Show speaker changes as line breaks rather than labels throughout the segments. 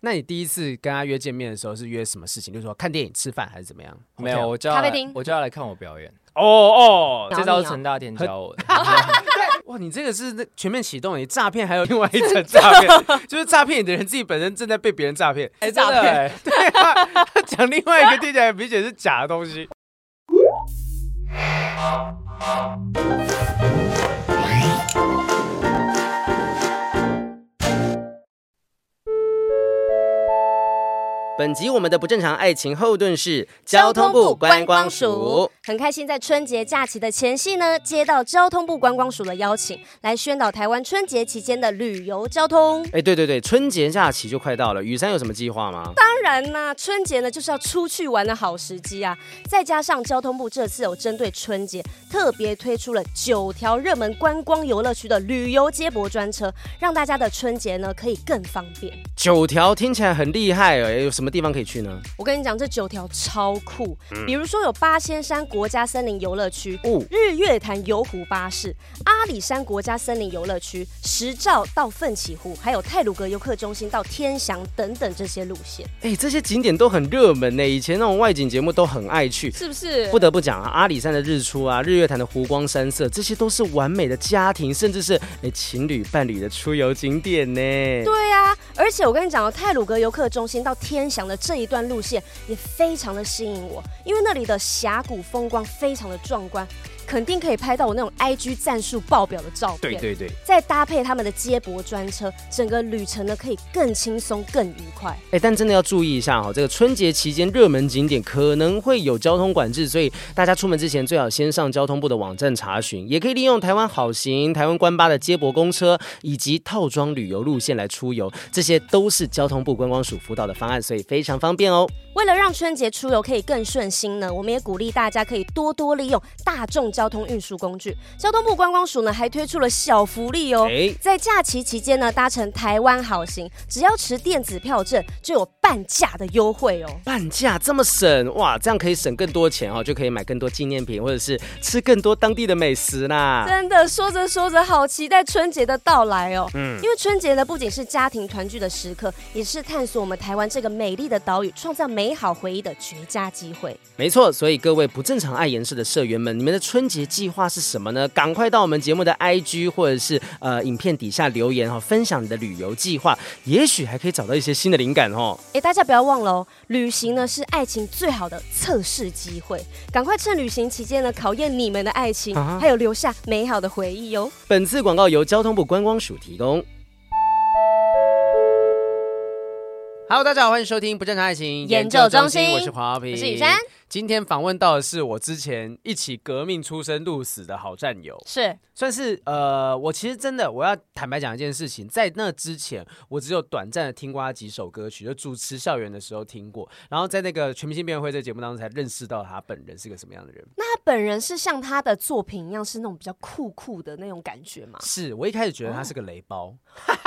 那你第一次跟他约见面的时候是约什么事情？就是说看电影、吃饭还是怎么样？
没有，我叫
咖
他
啡
来
厅
我叫他来看我表演，
哦哦，
找
这招
你
是
哦
陈大天教 我的。
哇，你这个是那全面启动，你诈骗还有另外一层诈骗， 就是诈骗你的人自己本身正在被别人诈骗。
哎，真的哎，
啊他讲另外一个听起来明显是假的东西。
本集我们的不正常爱情后盾是
很开心，在春节假期的前夕呢，接到交通部观光署的邀请，来宣导台湾春节期间的旅游交通。
哎，对对对，春节假期就快到了，雨山有什么计划吗？
当然啦、春节呢就是要出去玩的好时机啊！再加上交通部这次有针对春节特别推出了九条热门观光游乐区的旅游接驳专车，让大家的春节呢可以更方便。
九条听起来很厉害哎，有什么地方可以去呢？
我跟你讲，这九条超酷，比如说有八仙山国家森林游乐区、
嗯哦
日月潭游湖巴士、阿里山国家森林游乐区、石照到奋起湖，还有泰鲁阁游客中心到天祥等等这些路线，
哎，这些景点都很热门呢，以前那种外景节目都很爱去。
是不是？
不得不讲啊，阿里山的日出啊，日月潭的湖光山色，这些都是完美的家庭，甚至是哎情侣伴侣的出游景点呢。
对啊，而且我跟你讲哦，泰鲁阁游客中心到天祥的这一段路线也非常的吸引我，因为那里的峡谷风光非常的壮观，肯定可以拍到我那种 IG 战术爆表的照片。
对对，
再搭配他们的接驳专车，整个旅程呢可以更轻松、更愉快。
哎，但真的要注意一下哈、哦，这个春节期间热门景点可能会有交通管制，所以大家出门之前最好先上交通部的网站查询，也可以利用台湾好行、台湾关巴的接驳公车以及套装旅游路线来出游，这些都是交通部观光署辅导的方案，所以非常方便哦。
为了让春节出游可以更顺心呢，我们也鼓励大家可以多多利用大众交通运输工具。交通部观光署呢还推出了小福利哦。
哎，
在假期期间呢，搭乘台湾好行，只要持电子票证就有半价的优惠哦。
半价这么省哇，这样可以省更多钱哦，就可以买更多纪念品或者是吃更多当地的美食啦。
真的，说着说着，好期待春节的到来哦。嗯，因为春节呢，不仅是家庭团聚的时刻，也是探索我们台湾这个美丽的岛屿、创造美好回忆的绝佳机会。
没错，所以各位不正常爱颜社的社员们，你们的春节计划是什么呢？赶快到我们节目的 IG 或者是呃影片底下留言哦，分享你的旅游计划，也许还可以找到一些新的灵感哦。
哎，大家不要忘了哦，旅行呢是爱情最好的测试机会，赶快趁旅行期间呢，考验你们的爱情，
啊
还有留下美好的回忆哦。
本次广告由交通部观光署提供。Hello，大家好，欢迎收听不正常爱情
研究中心
我是黄浩平，
我是雨珊。
今天访问到的是我之前一起革命出生入死的好战友，
是
算是呃，我其实真的我要坦白讲一件事情，在那之前我只有短暂的听过他几首歌曲，就主持校园的时候听过，然后在那个全明星辩论会这个节目当中才认识到他本人是个什么样的人。？
他本人是像他的作品一样，是那种比较酷酷的那种感觉吗
是我一开始觉得他是个雷包，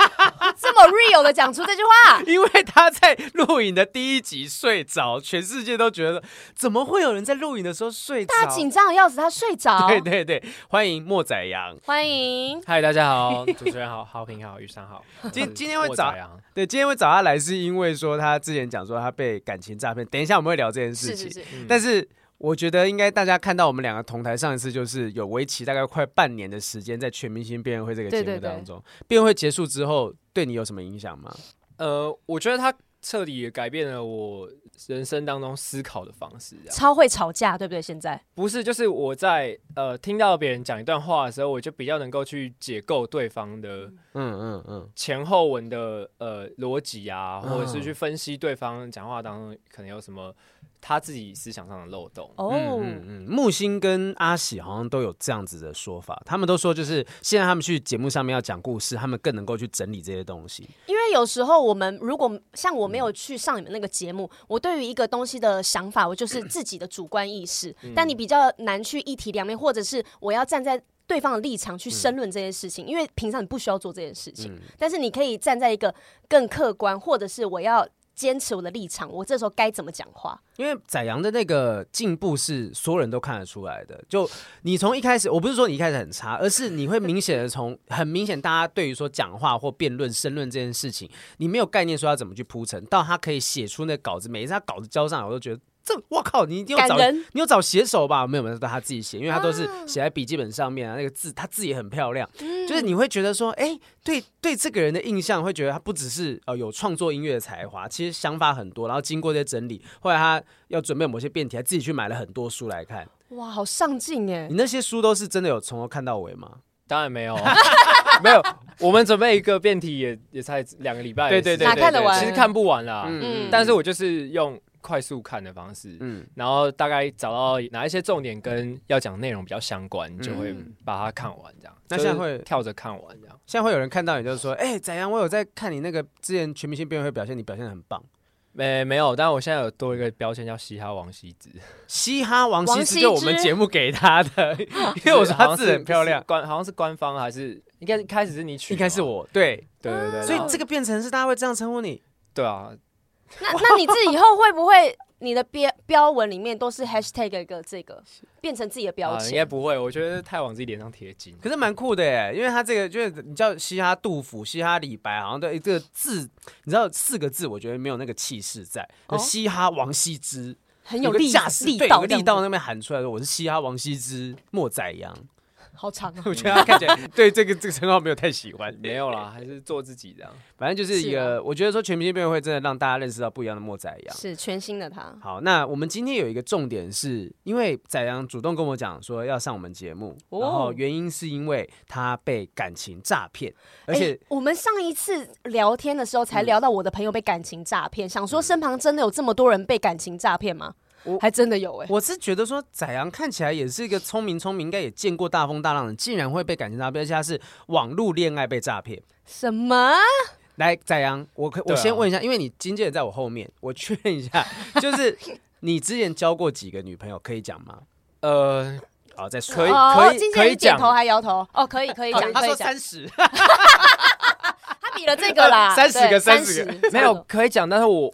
这么 real 的讲出这句 话，
因为他在录影的第一集睡着，全世界都觉得怎么会有人在录影的时候睡着？
他紧张的要死，他睡着。
对对对，欢迎莫仔阳。
欢迎。
嗨，大家 好，主持人好，好评好，雨山好。
今
我是
今天会
郭
找
宰阳
对，今天会找他来是因为说他之前讲说他被感情诈骗，等一下我们会聊这件事
是
情。
是是，
但是我觉得应该大家看到我们两个同台上一次就是有为期大概快半年的时间在全明星辩论会这个
对
节目
对对
当中，辩论会结束之后对你有什么影响吗？
呃，我觉得他彻底改变了我人生当中思考的方式。这样
超会吵架，对不对？现在
不是，就是我在呃听到别人讲一段话的时候，我就比较能够去解构对方的
嗯嗯嗯，
前后文的呃逻辑啊，
嗯
或者是去分析对方讲话当中可能有什么他自己思想上的漏洞。
哦，
嗯嗯，木星跟阿喜好像都有这样子的说法，他们都说就是现在他们去节目上面要讲故事，他们更能够去整理这些东西。
因为有时候我们如果像我没有去上你们那个节目，我对于一个东西的想法，我就是自己的主观意识，
嗯
但你比较难去一体两面，或者是我要站在。对方的立场
嗯
去申论这件事情，因为平常你不需要做这件事情，但是你可以站在一个更客观，或者是我要坚持我的立场，我这时候该怎么讲话？
因为宰羊的那个进步是所有人都看得出来的。就你从一开始，我不是说你一开始很差，而是你会明显的从很明显，大家对于说讲话或辩论、申论这件事情，你没有概念说要怎么去铺陈，到他可以写出那稿子，每一次他稿子交上来，我都觉得。这我靠，你一定要
感
找
人啊
你有找写手吧？没有，没有，都他自己写，因为他都是写在笔记本上面啊。那个字，他字也很漂亮，
嗯
就是你会觉得说，哎、对对，这个人的印象会觉得他不只是呃有创作音乐的才华，其实想法很多，然后经过这些整理，后来他要准备某些辩题，还自己去买了很多书来看。
哇，好上进哎
你！那些书都是真的有从头看到尾吗？
当然没有， 没有。我们准备一个辩题也也才两个礼拜的
对
事
对
情，
对哪
看得完
其实看不完啦。
嗯
但是我就是用快速看的方式，
嗯，
然后大概找到哪一些重点跟要讲内容比较相关，就会把它看完这样。
嗯那
就是
现在会
跳着看完这样，
现在会有人看到你就是说，哎、宰阳，我有在看你那个之前全明星辩论会表现，你表现的很棒。
没没有，但我现在有多一个标签叫嘻哈王羲之，
嘻哈王
王
羲之
羲
就我们
之
节目给他的， 因为我说他
好像
字
是
很漂亮
是，官好像是官方还是应该一开始是你取
应
的吗，
该是我对，
对对对，
所以
然后
这个变成是大家会这样称呼你。
对啊，
那那你自己以后会不会你的标标文里面都是 hashtag 一个这个，变成自己的标
啊应
签？
该不会，我觉得太往自己脸上贴金。
可是蛮酷的耶，因为他这个就是你叫嘻哈杜甫、嘻哈李白，好像对这个字，你知道四个字，我觉得没有那个气势在。
哦
嘻哈王羲之
很有
个
力
架势，
力
对
道
有个
这样
力道
子
那边喊出来说我是嘻哈王羲之莫宰 羊，
好长啊！
我觉得他看起来对这个这个称号没有太喜欢。
没有啦，还是做自己这样。
反正就是一
是啊
个，我觉得说全明星辩论会真的让大家认识到不一样的莫宰羊。
是全新的他，
好，那我们今天有一个重点是，因为宰阳主动跟我讲说要上我们节目，
哦
然后原因是因为他被感情诈骗，而
哎
且嗯
我们上一次聊天的时候才聊到我的朋友被感情诈骗，想说身旁真的有这么多人被感情诈骗吗
我？
还真的有哎、
我是觉得说，宰阳看起来也是一个聪明聪明，应该也见过大风大浪的，竟然会被感情诈骗，而且他是网络恋爱被诈骗。
什么？
来，宰阳，我可
对
我
啊
先问一下，因为你经纪人在我后面，我确认一下，就是你之前交过几个女朋友，可以讲吗？
呃，
好，再说。
可以
哦
可以
经纪
可
人
以
点
讲
头还摇头哦，可以可以
他
讲，
他
可以
说
讲，
三十，
他比了这 个啦，
30个
对
30个
30
没有可以讲，但是我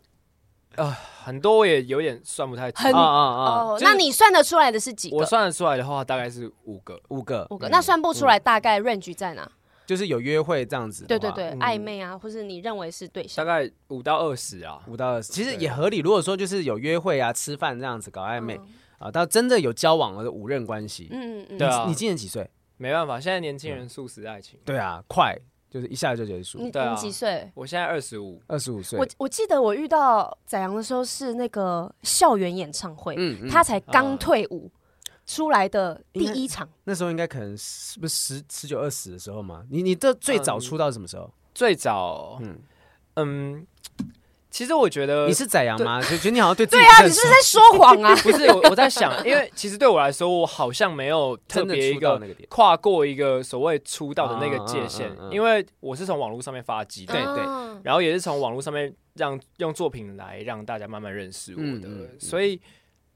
呃很多我也有点算不太
很
清
啊
楚。
啊啊，
哦。
就是
那你算得出来的是几
我
个？
算得出来的话，大概是五个。
五个，嗯
五个，那算不出来大概 range 在哪？
就是有约会这样子。
对对对，，
嗯
暧昧啊，或是你认为是对
大
象，
概五到二十啊，
五到二十，其实
对
也合理。如果说就是有约会啊、吃饭这样子搞暧昧
嗯
啊，到真的有交往了的五任关系。
嗯嗯嗯，
对啊
你今年几岁？
没办法，现在年轻人素食爱情。
对啊，快，就是一下就结束。
你
对啊
你几岁？
我现在二十五，
二十五岁
我，我记得我遇到宰阳的时候是那个校园演唱会，
嗯嗯
他才刚
啊
退伍出来的第一场，
那时候应该可能是不是十十九二十的时候嘛？你你这最早出道是什么时候？
最早，嗯嗯，其实我觉得
你是宰羊吗？就觉得你好像对自己
呃对啊，
不
你
是
是不是在说谎啊？
不是我我在想，因为其实对我来说，我好像没有特
真的
别一
出道
个
那个点？
跨过一个所谓出道的那个界限
嗯嗯嗯嗯，嗯
因为我是从网络上面发迹 的，
对对
啊
然后也是从网络上面让用作品来让大家慢慢认识我
嗯
的，
嗯嗯
所以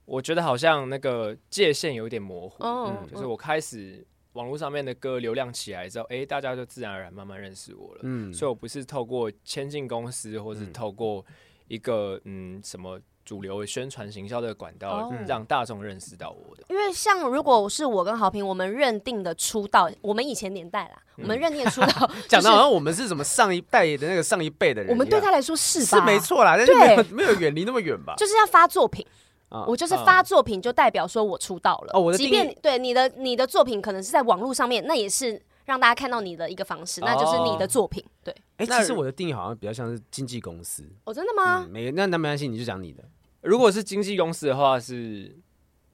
我觉得好像那个界限有点模糊，
哦
嗯
就是我开始网络上面的歌流量起来之后，哎，大家就自然而然慢慢认识我了，
嗯，
所以我不是透过签进公司，或是
嗯，
透过一个嗯什么主流的宣传行销的管道
哦
让大众认识到我的，
因为像如果是我跟豪平，我们认定的出道，我们以前年代啦，我们认定的出道
嗯 讲
就是
到好像我们是什么上一代的那个上一辈的人一
我
样，
们对他来说是吧？
是没，错啦，但是没有
对
没有远离那么远吧？
就是要发作品。
啊
我就是发作品，就代表说我出道了。
哦我的
即
定义
便对你的你的作品可能是在网络上面，那也是让大家看到你的一个方
哦
式，那就是你的作品。对，
哎，
那
其实我的定义好像比较像是经纪公司，
哦，真的吗
嗯，？没那那没关系，你就讲你的
如果是经纪公司的话是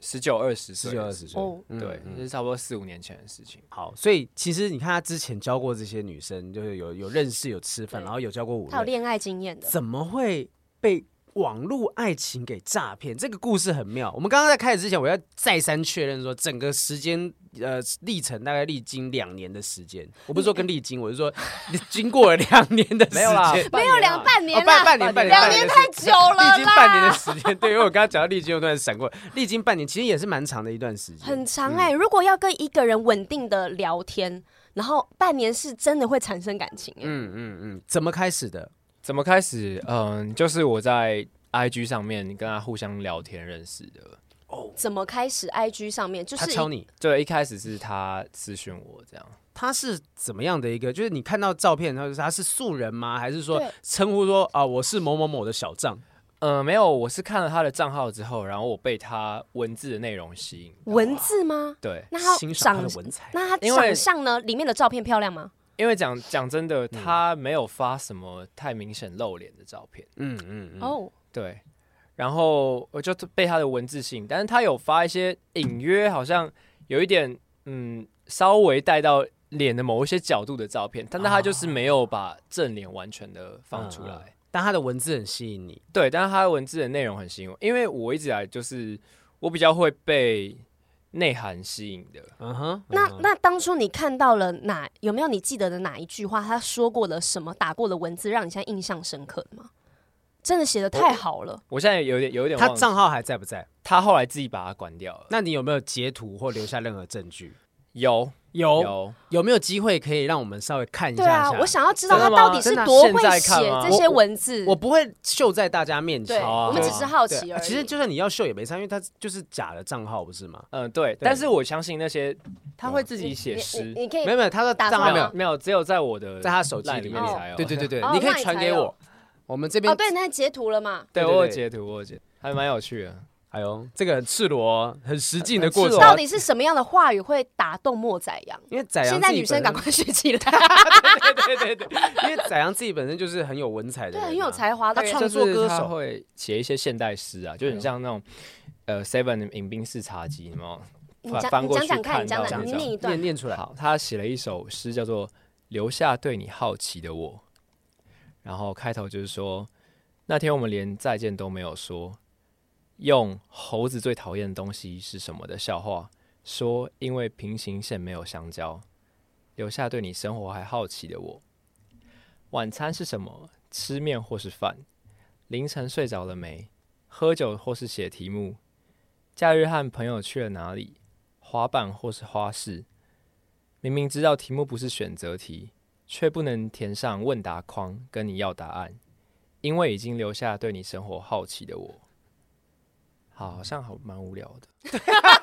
十九二十
十
岁
九二
的时
十
候，
岁
哦，
嗯
对，
嗯
那是差不多四五年前的事情。
好，所以其实你看他之前教过这些女生，就是有有认识有吃饭，
对
然后有教过舞，
他有恋爱经验的，
怎么会被网络爱情给诈骗？这个故事很妙。我们刚刚在开始之前，我要再三确认说，整个时间呃历程大概历经两年的时 间。我不是说跟历经，我 是说经过了两年的时间，
没有啦，
哦，
没有两半年啦，
半半年半年
两
半
年
的
太
时
久了啦，
历经半年的时间，对，因为我刚刚讲到历经，我突然闪过，历经半年其实也是蛮长的一段时间，
很长哎、如果要跟一个人稳定的聊天，然后半年是真的会产生感情哎、
嗯嗯嗯，怎么开始的？
怎么开始？嗯，就是我在 IG 上面跟他互相聊天认识的。
怎么开始 IG 上面就
他
是
敲你，
对，一开始是他私讯我这样，
他是怎么样的一个？就是你看到照片，他就是他是素人吗？还是说
对
称呼说啊、我是某某某的小账？
呃，没有，我是看了他的账号之后，然后我被他文字的内容吸引。
文字吗？
对，
那他
欣赏他
长
的文采，
那他
因为
长相呢？里面的照片漂亮吗？
因为讲讲真的，他没有发什么太明显露脸的照片，
嗯嗯嗯，
哦，
对。然后呃我就被他的文字吸引，但是他有发一些隐约好像有一点嗯，稍微带到脸的某一些角度的照片，但是他就是没有把正脸完全的放出来。
嗯但他的文字很吸引你，
对，但是他的文字的内容很吸引我，因为我一直以来就是我比较会被内涵吸引的。
嗯哼，
那
嗯哼
那当初你看到了哪？有没有你记得的哪一句话？他说过了什么？打过的文字让你现在印象深刻的吗？真的写的太好了，
我现在有点有点
他
忘记
账号还在不在？
他后来自己把它关掉了。
那你有没有截图或留下任何证据？
有
有
有，
有没有机会可以让我们稍微看一下
对啊，
下
我想要知道
真
他
的吗
到底是
真的啊
多
现在
会
看
写
吗
这些
我
文字。
我不会秀在大家面
对，
前，
好啊
我们只是好奇
对
而已。
其实就算你要秀也没差，因为他就是假的账号，不是吗？
嗯，对。但是我相信那些他会自己写
你
诗，
你你可以
没有没有，他的
打
账号没
算
没
有
有没有，只有在我的
在他手机里面
赖
哦
才有。
对对对对，
哦
你可
那
以
你
传
才
给
有
我，我们这边
哦，对，那截图了嘛？
对
对对
我有
对
截图，我有截，还蛮有趣的。
哎呦，这个很赤裸哦，很实际的过
很赤
程
裸啊。
到底是什么样的话语会打动莫仔阳？
因为宰阳
现在
自己
女生
本
赶
身，
快学起来，
对对对对，因为宰阳自己本身就是很有文采的
对，
人啊，
很有才华的
他
人。
创作歌
就是他
手，嗯
会写一些现代诗啊，就很像那种呃 Seven 的饮冰式茶几，有没有？
你
反
讲，
翻
你
过
讲
去
讲看，
看
你讲
到
讲，
这
你
样
念一段
念。念出来，
好，他写了一首诗叫做《留下对你好奇的我》，然后开头就是说，那天我们连再见都没有说，用猴子最讨厌的东西是什么的笑话，说因为平行线没有相交，留下对你生活还好奇的我。晚餐是什么？吃面或是饭？凌晨睡着了没？喝酒或是写题目？假日和朋友去了哪里？滑板或是花市？明明知道题目不是选择题，却不能填上问答框跟你要答案，因为已经留下对你生活好奇的我。好，好像好蛮无聊的。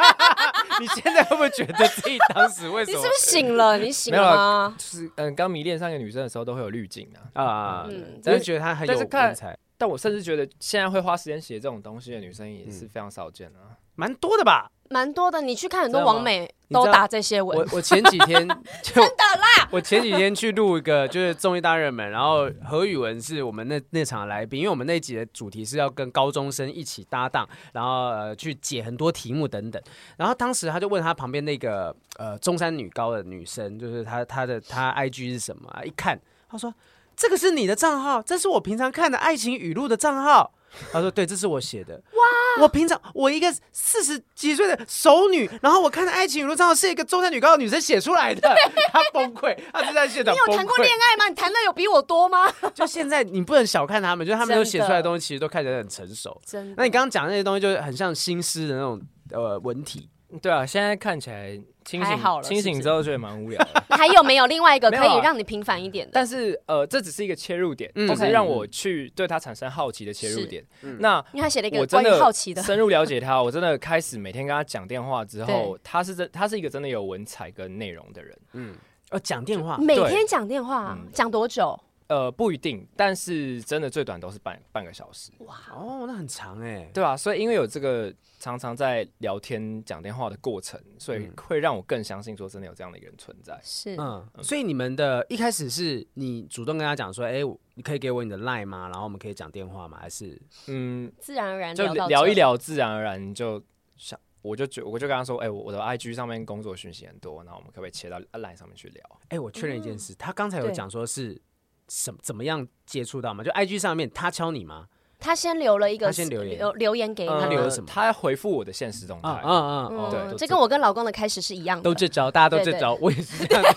你现在会不会觉得自己当时为什
你是
么
不是醒了？你醒
没
了
有
吗？
就是嗯，刚迷恋上一个女生的时候都会有滤镜啊，
啊？
嗯
但是觉得他很有
但是看
文采，
但我甚至觉得现在会花时间写这种东西的女生也是非常少见啊。
蛮多的吧？
蛮多的，你去看很多
真的吗
网美
你知道
都打这些
我
文，
我前几天就真的啦， 我前几天去录一个就是综艺大热门，然后何宇文是我们那那场的来宾，因为我们那集的主题是要跟高中生一起搭档，然后、呃、去解很多题目等等。然后当时他就问他旁边那个呃中山女高的女生，就是她她的她 IG 是什么、啊？一看他说这个是你的账号，这是我平常看的爱情语录的账号。他说：“对，这是我写 的。哇，我平常我一个四十几岁的熟女，然后我看的爱情语录账号是一个中山女高的女生写出来的， 她崩溃，她就在现场
你有
崩
谈过
溃
恋。爱吗？你谈的有比我多吗？
就现在你不能小看他们，就是他们都
真的
写出来的东西，其实都看起来很成熟。
真的，
那你刚刚讲的那些东西，就是很像新诗的那种呃文体。
对啊，现在看起来清
还
醒
好了
清
是不
醒
是
之后觉得蛮无聊的。
还有没有另外一个
没
可
有啊
以让你平凡一点 的？
但是呃，这只是一个切入点，
嗯
就是
OK
让我去对他产生好奇的切入
是
点。
嗯
那
因为他写了一个
我真
关于
的
好奇的，
深入了解他，我真的开始每天跟他讲电话之后
对，
他是真，他是一个真的有文采跟内容的人。
嗯，呃，讲电话，
每天讲电话
嗯
讲多久？
呃，不一定，但是真的最短都是半半个小时，
哇，
哦，那很长哎、
对啊，所以因为有这个常常在聊天讲电话的过程，所以
嗯
会让我更相信说真的有这样的一个人存在。
是
嗯，所以你们的一开始是你主动跟他讲说，哎、我你可以给我你的 line 吗？然后我们可以讲电话吗？还是
嗯，
自然而然
就
到
聊
这
一，聊，自然而然就想，我就觉我就跟他说，哎、我我的 IG 上面工作讯息很多，那我们可不可以切到 LINE 上面去聊？
哎、我确认一件
嗯
事，他刚才有
对
讲说是什怎么样接触到吗？就 IG 上面他敲你吗？
他先留了一个
他先留言
留留言给你，
他留了
呃
什么
他回复我的现实动态
啊啊啊！
嗯，
哦
对
这跟我跟老公的开始是一样的，
都这招，大家都
嗯对
这
对
招，我也是这样。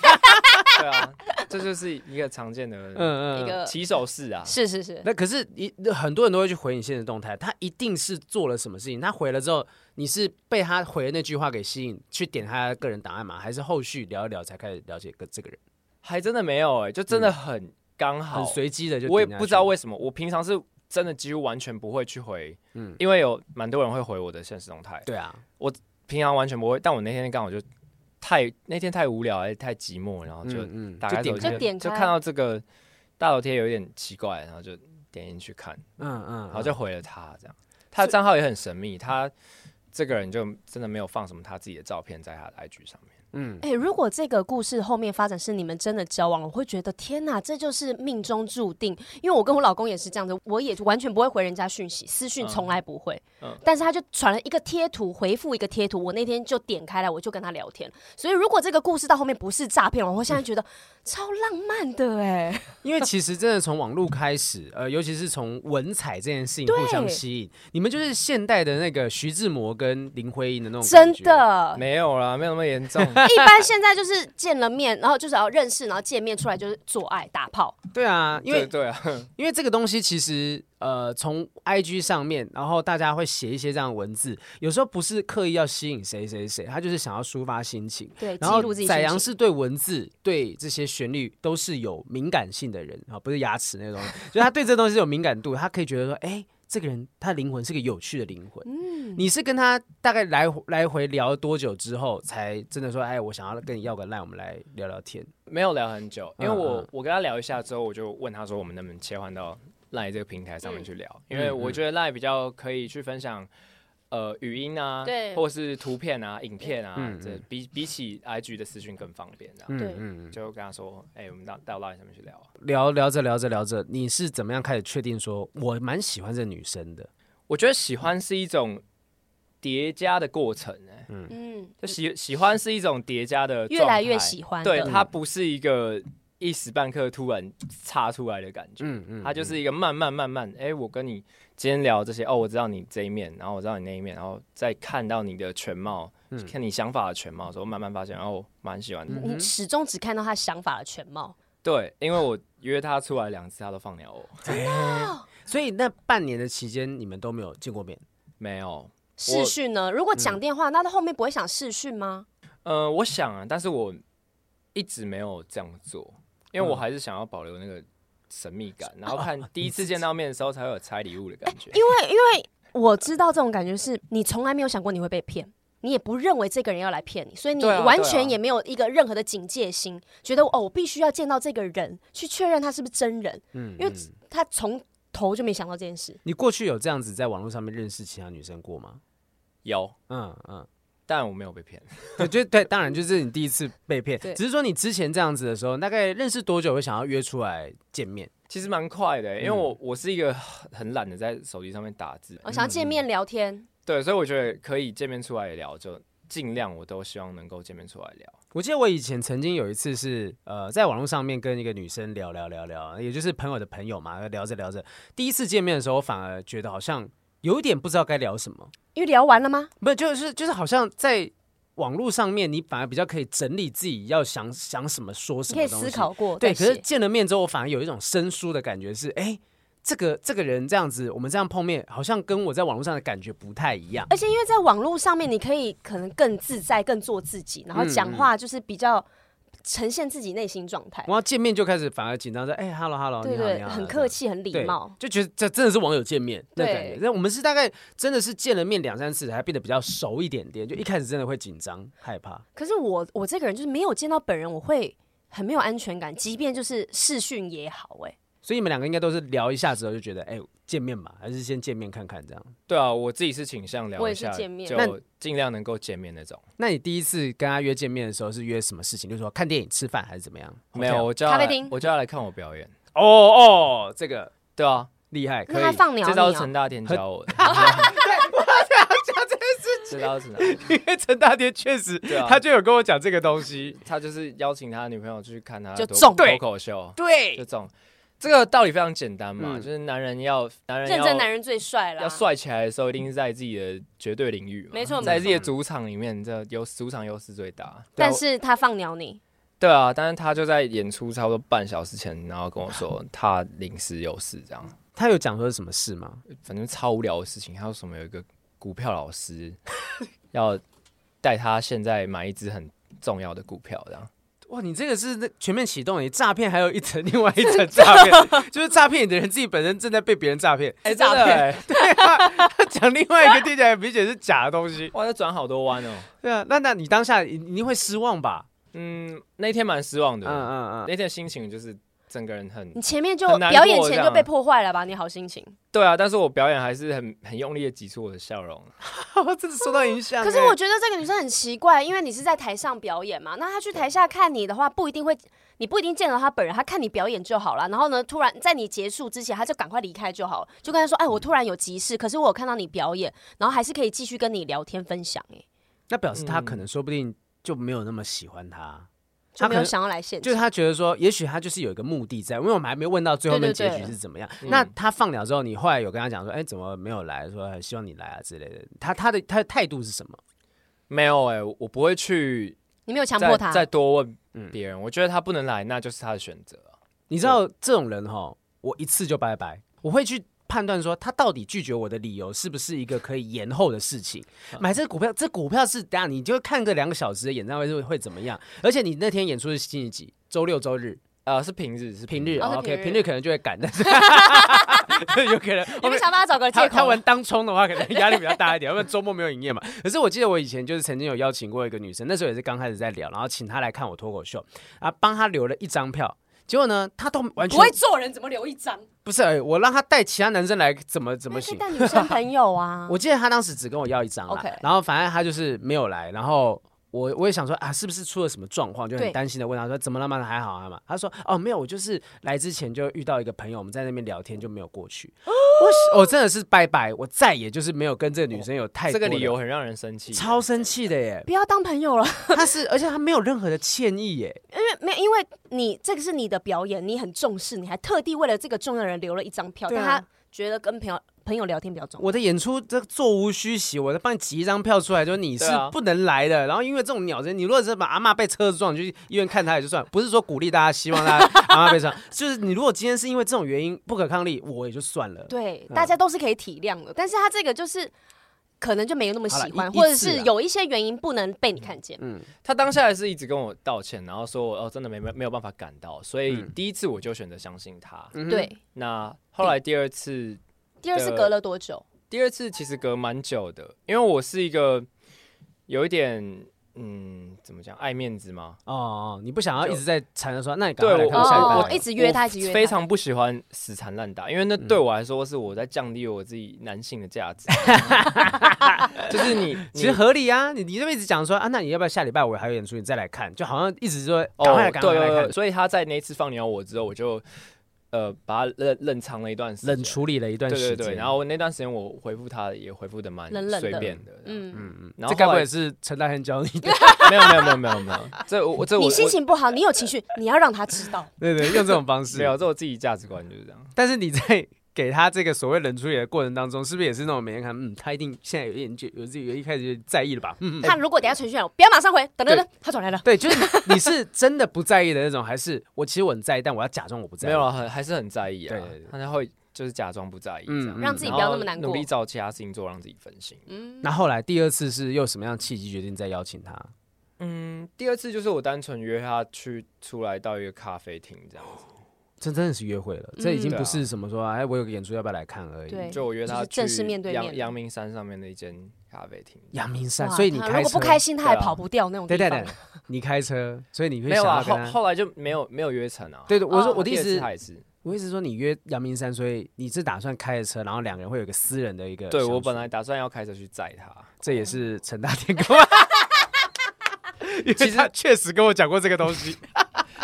对啊，这就是一个常见的
嗯
一
嗯。
个
起手式啊。
是是是，
那可是一很多人都会去回你现实动态，他一定是做了什么事情。他回了之后，你是被他回的那句话给吸引，去点他的个人档案吗？还是后续聊一聊才开始了解个这个人？
欸还真的没有哎、就真的很刚好
很随机的就
我也
点下
不
去
知道为什么，我平常是真的几乎完全不会去回，
嗯
嗯，因为有蛮多人会回我的现实动态，
对啊，
平常完全不会，但我那天刚好就太那天太无聊，还太寂寞，然后就
嗯嗯
打开
就点
手机
开
就点
就
开
看到这个大头贴有点奇怪，然后就点进去看，
嗯嗯，
然后就回了他这样。他的账号也很神秘，他这个人就真的没有放什么他自己的照片在他的 IG 上面。
嗯
哎、如果这个故事后面发展是你们真的交往了，我会觉得天哪，这就是命中注定。因为我跟我老公也是这样子，我也完全不会回人家讯息，私讯
嗯
从来不会。
嗯
但是他就传了一个贴图，回复一个贴图，我那天就点开来，我就跟他聊天。所以如果这个故事到后面不是诈骗，我会现在 觉得超浪漫的哎、
因为其实真的从网络开始，呃，尤其是从文采这件事情
对
互相吸引，你们就是现代的那个徐志摩跟林徽因的那种
真
感觉，
的。
没有啦，没有那么严 重。
一般现在就是见了面，然后就是要认识，然后见面出来就是做爱打炮。
对啊，因为
对对啊，
因为这个东西其实呃，从 IG 上面，然后大家会写一些这样的文字，有时候不是刻意要吸引谁谁谁，他就是想要抒发心情。
对，记
然后
录自己
宰
心
羊
情
是对文字、对这些旋律都是有敏感性的人啊，不是牙齿那种，就是他对这东西有敏感度，他可以觉得说，哎、这个人他的灵魂是个有趣的灵魂。
嗯
你是跟他大概来回来回聊多久之后，才真的说，哎，我想要跟你要个赖，我们来聊聊天。
没有聊很久，因为
嗯
我、
嗯
我跟他聊一下之后，我就问他说，我们能不能切换到 Line 这个平台上面去聊？因为我觉得 Line 比较可以去分享，呃，语音啊，
对
或是图片啊、影片啊，
嗯嗯
这比比起 IG 的私讯更方便这样。
对
嗯，
就跟他说，哎、我们到到 Line 上面去聊啊。
聊聊着聊着聊着，你是怎么样开始确定说我蛮喜欢这女生的？
我觉得喜欢是一种叠加的过程、哎、
嗯，
就喜喜欢是一种叠加的，
越来越。喜欢
嗯
的。
对，它不是一个一时半刻突然插出来的感觉。
嗯嗯
它就是一个慢慢慢慢，哎、我跟你今天聊这些，哦，我知道你这一面，然后我知道你那一面，然后再看到你的全貌，
嗯
看你想法的全貌的时候，慢慢发现，哦，蛮喜欢的。
你始终只看到他想法的全貌。
对，因为我约他出来两次，他都放鸟我，
所以那半年的期间，你们都没有见过面。
没有。
视讯
嗯
呢？如果讲电话，那他后面不会想视讯吗？
呃，我想啊，但是我一直没有这样做，因
嗯
为我还是想要保留那个神秘感，然
哦
后看第一次见到面的时候才会有拆礼物的感觉。
因为因为我知道这种感觉是你从来没有想过你会被骗。你也不认为这个人要来骗你，所以你
对啊对啊
完全也没有一个任何的警戒心，觉得哦，我必须要见到这个人，去确认他是不是真人，
嗯，
因为他从头就没想到这件事。
你过去有这样子在网络上面认识其他女生过吗？
有，
嗯嗯，
但我没有被骗。
对，就对，当然就是你第一次被骗
对，
只是说你之前这样子的时候，大概认识多久会想要约出来见面？
其实蛮快的、因为我我是一个很很懒得在手机上面打字，嗯
我想要
嗯
见面聊天，
对，所以我觉得可以见面出来聊，就尽量我都希望能够见面出来聊。
我记得我以前曾经有一次是，呃，在网络上面跟一个女生聊聊聊聊，也就是朋友的朋友嘛，聊着聊着，第一次见面的时候，反而觉得好像有一点不知道该聊什么，
因为聊完了吗？
不就是就是好像在网络上面，你反而比较可以整理自己要想想什么说什
你
么，
可以思考。过
对，
再
可
写。
是见了面之后，我反而有一种生疏的感觉是，哎，这个这个人这样子，我们这样碰面，好像跟我在网络上的感觉不太一样。
而且因为在网络上面，你可以可能更自在、更做自己，然后讲
嗯
话就是比较呈现自己内心状态。
哦
然后见面就开始反而紧张，说，哎，hello hello，
对
你好，你
对，
好，
很
这
客
样
气、很礼
对
貌。
就觉得这真的是网友见面那
对
感觉。那我们是大概真的是见了面两三次，才变得比较熟一点点。就一开始真的会紧张害怕，
可是我我这个人就是没有见到本人，我会很没有安全感，即便就是视讯也好、哎，
所以你们两个应该都是聊一下之后就觉得，哎，见面吧，还是先见面看看这样。
对啊，我自己是倾向聊
我
一
也是
下，
见面
那
就尽量能够见面那种。
那你第一次跟他约见面的时候是约什么事情？就是说看电影、吃饭还是怎么样？
没有，我叫
咖
他
啡
来
厅
我叫他来看我表演。
哦哦，这个
对啊，
厉害，
那
可以
他放鸟
这
你
招
哦、
陈大天教我的， 这招陈大，
因为 陈大天确实
对啊
他就有跟我讲这个东西。
他就是邀请他女朋友去看他
就
脱
中
脱口秀，
对
就中。这个道理非常简单嘛，
嗯
就是男人要男人
认真男
要
人最帅啦。
要帅起来的时候，一定是在自己的绝对领域嘛，
没错没
在自己的
错
主场里面，这优主场优势最大。
但是他放鸟你，
对啊，但是他就在演出差不多半小时前，然后跟我说他临时有事，这样，
他有讲说什么事吗？
反正超无聊的事情。他说什么有一个股票老师要带他现在买一只很重要的股票，这样。
哇，你这个是那全面启动，你诈骗还有一层另外一层诈 骗，就是诈骗你的人自己本身正在被别人诈骗。
哎，
诈
真的
骗
哎，
讲另外一个听起来明显是假的东西。
哇，要转好多弯哦。
对啊，那那你当下一定会失望吧？
嗯，那天蛮失望
嗯
的，
嗯嗯。
那天心情就是整个人很
你前面就
很难过
表演前就
这
被
样
破坏了吧？你好心情，
对啊，但是我表演还是很很用力的挤出我的笑容。
我真的受到影响欸。
可是我觉得这个女生很奇怪，因为你是在台上表演嘛，那她去台下看你的话，不一定会，你不一定见到她本人，她看你表演就好了。然后呢，突然在你结束之前，她就赶快离开就好了，就跟她说：“哎，
嗯
我突然有急事，可是我有看到你表演，然后还是可以继续跟你聊天分享。”哎，
那表示他可
嗯
能说不定就没有那么喜欢他，
就
他可
没有
能
想要来现
就是
场。
他觉得说，也许他就是有一个目的在，因为我们还没问到最后面
对
结
对对
局是怎么样。
嗯
那他放鸟之后，你后来有跟他讲说，哎、怎么没有来？说哎希望你来啊之类的。他他的他的态度是什么？
没有哎、我不会去
你没有强迫
再
她，
再多问
嗯
别人。我觉得他不能来，那就是他的选择啊。
你知道这种人哈，我一次就拜拜，我会去。判断说他到底拒绝我的理由是不是一个可以延后的事情？买这个股票，这股票是等下你就看个两个小时的演唱会是会怎么样？而且你那天演出是星期几？周六、周日、
呃，是平日，是
平日、
哦是
o k
平日
平日可能就会赶， 但是 有可能
你们想帮她找个借
他他
口
玩。当冲的话，可能压力比较大一点，因为周末没有营业嘛。 可是我记得我以前就是曾经有邀请过一个女生，那时候也是刚开始在聊，然后请她来看我脱口秀，啊，帮她留了一张票。结果呢，她都完
不
全
会做人怎么留一张？
不是、哎我让她带其他男生来，怎么怎
那
么
你可
行？。
以带女生朋友啊
我记得她当时只跟我要一张啦
OK
然后反正她就是没有来，然后。我我也想说啊，是不是出了什么状况？就
对
很担心的问她说怎么了嘛？还好啊嘛？她说哦没有，我就是来之前就遇到一个朋友，我们在那边聊天就没有过去。
哦
我我真的是拜拜，我再也就是没有跟这个女生有太
哦这个
多的
理由很让人生气。
超生气的 耶！
不要当朋友了，
他是，而且他没有任何的歉意耶。
因为没有因为你这个是你的表演，你很重视，你还特地为了这个重要人留了一张票，
对
但
啊
他觉得跟朋友朋友聊天比较重要。
我的演出这座无虚席，我在帮你挤一张票出来，就是你是
对啊
不能来的。然后因为这种鸟人，你如果是把阿嬷被车子撞，你去医院看他也就算，不是说鼓励大家希望大家阿嬷被撞，就是你如果今天是因为这种原因不可抗力，我也就算了。
对，
嗯
大家都是可以体谅的，但是他这个就是可能就没有那么喜
好啦嗯
欢，
一
或者
一次
是
啊
有一些原因不能被你看见。
他当下也是一直跟我道歉，然后说我哦真的没没没有办法赶到，所以
嗯
第一次我就选择相信他。
嗯哼，
对，
那后来第二次，
第二次
的
隔了多久？
第二次其实隔蛮久的，因为我是一个有一点嗯怎么讲爱面子吗？
哦哦，你不想要一直在缠着说，那你赶
对
快来
我
看我下一
哦
班
我
吧。
一直约他一直约他
非常不喜欢死缠烂打，因为那对我来说是我在降低我自己男性的价值。
嗯
就是你，
其实
你
合理啊，你你这边一直讲说啊，那你要不要下礼拜我还有演出，你再来看？就好像一直说赶快来，
哦，
赶快
对
来
对
看
对，，所以他在那一次放鸟我之后，我就呃把他冷冷藏了一段时间，
冷处理了一段
对
时
对
间。
对，然后那段时间我回复他也回复的蛮
冷冷的
随便的，嗯，
嗯，
嗯，
然
这
后
该不
后来
会是陈大亨教你的？
没有没有没有没有没有，这我这我
你心
我
情不好，你有情绪，你要让他知道。
对对，用这种方式
没。有，这我自己价值观就是这样。
但是你在给他这个所谓冷处理的过程当中，是不是也是那种每天看，嗯，他一定现在有点就有自己有一开始就在意了吧？嗯，嗯
他如果等一下传讯来，我不要马上回，等等等，他转来了。
对， 就是你你是真的不在意的那种，还是我其实我很在意，但我要假装我不在
没
意？
有啊，很还是很在意啊
对对对，
他会就是假装不在意
嗯
这样，
让自
己
然
不要那
后
么难
努
过
力找其他事情做，让自己分心。
嗯，
那后来第二次是又什么样的契机决定再邀请他？
嗯，第二次就是我单纯约他去出来到一个咖啡厅这样子，
这真的是约会了，这已经
对啊
不是什么说哎，我有个演出要不要来看而已。
对
就我约
就
他
是
去
正式面对面
阳阳明山上面的一间咖啡厅。
阳明山，
哇
所以你
他
开
如
车
果不开心，他还
对啊
跑不掉那种地
对对
方
对。，你开 车，所以你会
没
想
有啊，
要跟
后
他。
后来就没有没有约成啊。
对对，我说
哦
我的意
第二
思
次，他也是，
我意思说，你约阳明山，所以你是打算开着车，然后两个人会有一个私人的一个。
对我本来打算要开车去载他，
这也是成大天狗。其实他确实跟我讲过这个东西。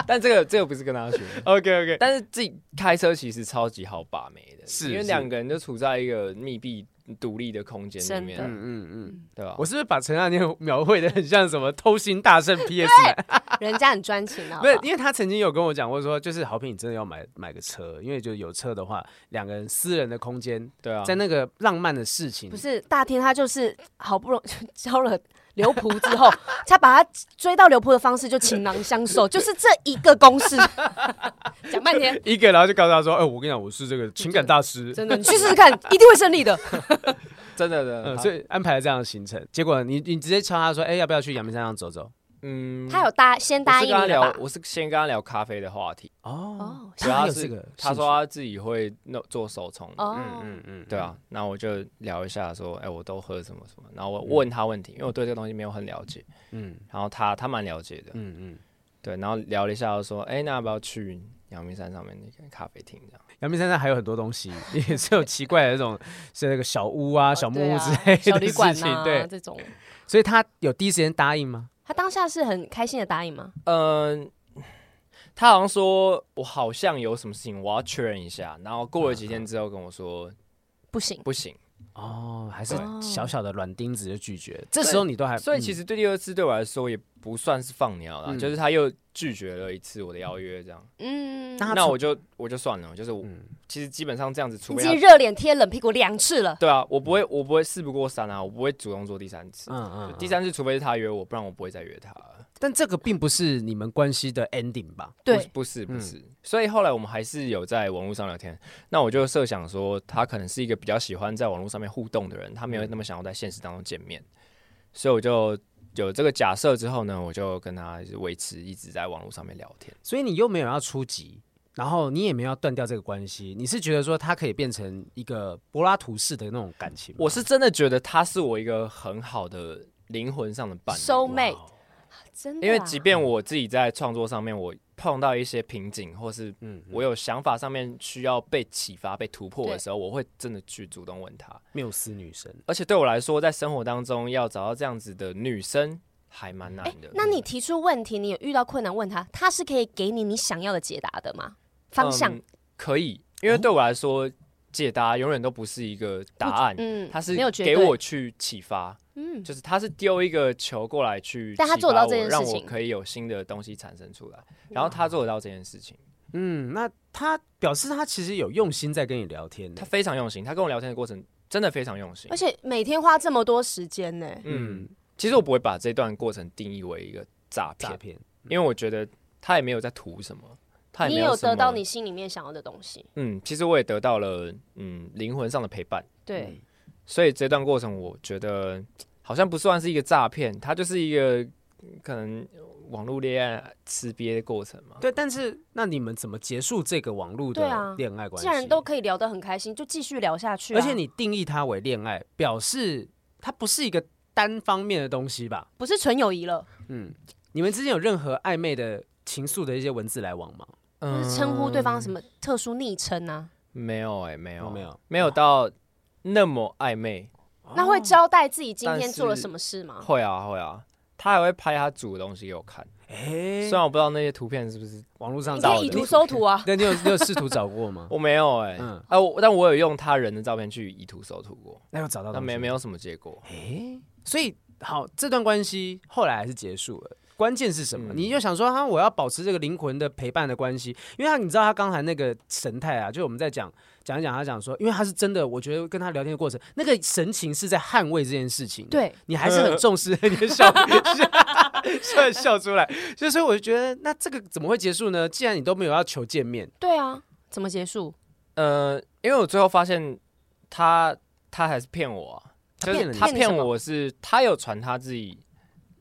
但这个这个不是跟他学的，
OK OK，
但是自己开车其实超级好把妹的，
是
因为
是
两个人就处在一个密闭独立的空间里
真
嗯
面，啊
嗯嗯，
对吧？
我是不是把陈大天描绘的很像什么偷心大圣 PS？
人家很专情啊，
不是，因为他曾经有跟我讲过说，就是好品你真的要买买个车，因为就有车的话，两个人私人的空间，
对啊，
在那个浪漫的事情
嗯
不。是大天，他就是好不容 易交了刘璞之后， 他把他追到刘璞的方式就情囊 相授，就是这一个公式。讲半天，
一个，然后就告诉他说：“哎、我跟你讲，我是这个情感大师。
真的，你去试试看，一定会胜利的。
真的真的，
嗯，
他
所以安排了这样的行程。结果你你直接敲他说：“哎、要不要去阳明山上走走？”
嗯，
他有答先
我
答
是
应
跟他
你了
聊
吧，？
我是先跟他聊咖啡的话题，
哦，
哦，
对，
他
他嗯
有
是
这个
他
兴
说
趣
他自己会弄做手冲，
哦，
嗯嗯嗯，
对啊，那我就聊一下说，哎、我都喝什么什么，然后我问他问题，因为我对这个东西没有很了解，
嗯，
然后他他蛮了解的，
嗯嗯。
对，然后聊了一下，就说，哎、那要不要去阳明山上面那个咖啡厅这样？
阳明山上还有很多东西， 也是有奇怪的那种，是那个小屋啊、小木啊屋之类
小
的
旅
事
馆
情。
呐、
对，
这种。
所以他有第一时间答应吗？
他当下是很开心的答应吗？
嗯、他好像说我好像有什么事情，我要确认一下，然后过了几
啊
天之后跟我说
不行，
不行，
哦，还是
对
小小的软钉子就拒绝。这时候你都还，嗯
所以其
实
实对第二次对我来说也不算是放鸟啦，
嗯
就是他又拒绝了一次我的邀约，这样，
嗯，
那他嗯
那
从
我就我就算了，就是我、其实基本上这样子，除
你
非
已
他
经热脸贴冷屁股两次了。
对啊，我不会，我不会事不过三啊，我不会主动做第三次。
嗯嗯，
第
嗯
三次，除非是他约我，不然我不会再约他。
但这个并不是你们关系的 ending 吧？
对，
不是不
嗯
是。所以后来我们还是有在网络上聊天。那我就设想说，他可能是一个比较喜欢在网络上面互动的人，他
嗯
没有那么想要在现实当中见面。所以我就有这个假设之后呢，我就跟他维持一直在网络上面聊天。
所以你又没有要出击，然后你也没有要断掉这个关系，你是觉得说它可以变成一个柏拉图式的那种感情吗？
我是真的觉得他是我一个很好的灵魂上的伴侣。
收啊妹
哇哦，
真的啊、
因为即便我自己在创作上面，我碰到一些瓶颈，或是
嗯
我有想法上面需要被启发、被突破的时候，我会真的去主动问他。
缪斯女神，
而且对我来说，在生活当中要找到这样子的女生还蛮难的。嗯
那你提出问题，你有遇到困难问他，他是可以给你你想要的解答的吗？方向，
嗯可以，因为对我来说，解答永远都不是一个答案，
嗯，
它是
没有绝
给
对
我，去启发，
嗯，
就是它是丢一个球过来去启发
但
我，
他做到这件事
让我
情
可以有新的东西产生出来。然后他做得到这件事情。
嗯，那他表示他其实有用心在跟你聊天呢
他。非常用心，他跟我聊天的过程真的非常用心
而。且每天花这么多时间呢、
嗯，其实我不会把这段过程定义为一个诈
诈
骗，
骗，
因为我觉得他也没有在图什么，他也
你
没
也有
什么
得到你。心里面想要的东西。
嗯，其实我也得到了嗯灵魂上的陪伴，
对，
所以这段过程我觉得好像不算是一个诈骗，它就是一个嗯可能网络恋爱吃瘪的过程嘛。
对，但是那你们怎么结束这个网络
对
的
啊
恋爱关系？
既然都可以聊得很开心，就继续聊下去、啊。
而且你定义它为恋爱，表示它不是一个单方面的东西吧？
不是纯友谊了，
你们之间有任何暧昧的情愫的一些文字来往吗？
不
嗯
是称呼对方什么特殊昵称啊，
没有哎、没有、
哦没有
没有到那么暧昧，
哦
那会交代自己今
但
天
是
做了什么事吗？
会啊会啊，他还会拍他煮的东西给我看。
哎
虽，然我不知道那些图片是不是，
网络上
你
找
可
的
以以图搜图 啊。
那你有你有试图找过吗？
我没有哎、
嗯
啊，我但我有用他人的照片去以图搜图过，
那有找到？
但没没。有什么结果。
哎，所以好，这段关系后来还是结束了。关键是什么？
嗯
你就想说，哈，我要保持这个灵魂的陪伴的关系，因为他，你知道他刚才那个神态啊，就我们在讲讲一讲，他讲说，因为他是真的，我觉得跟他聊天的过程，那个神情是在捍卫这件事情。，
对，
你还是很重视， 你就笑笑笑出来，所以所以我就觉得，那这个怎么会结束呢？既然你都没有要求见面，
对啊，怎么结束？
呃，因为我最后发现他他还是骗我、啊，就
骗了你
是他
骗你
骗
什么
我是他有传他自己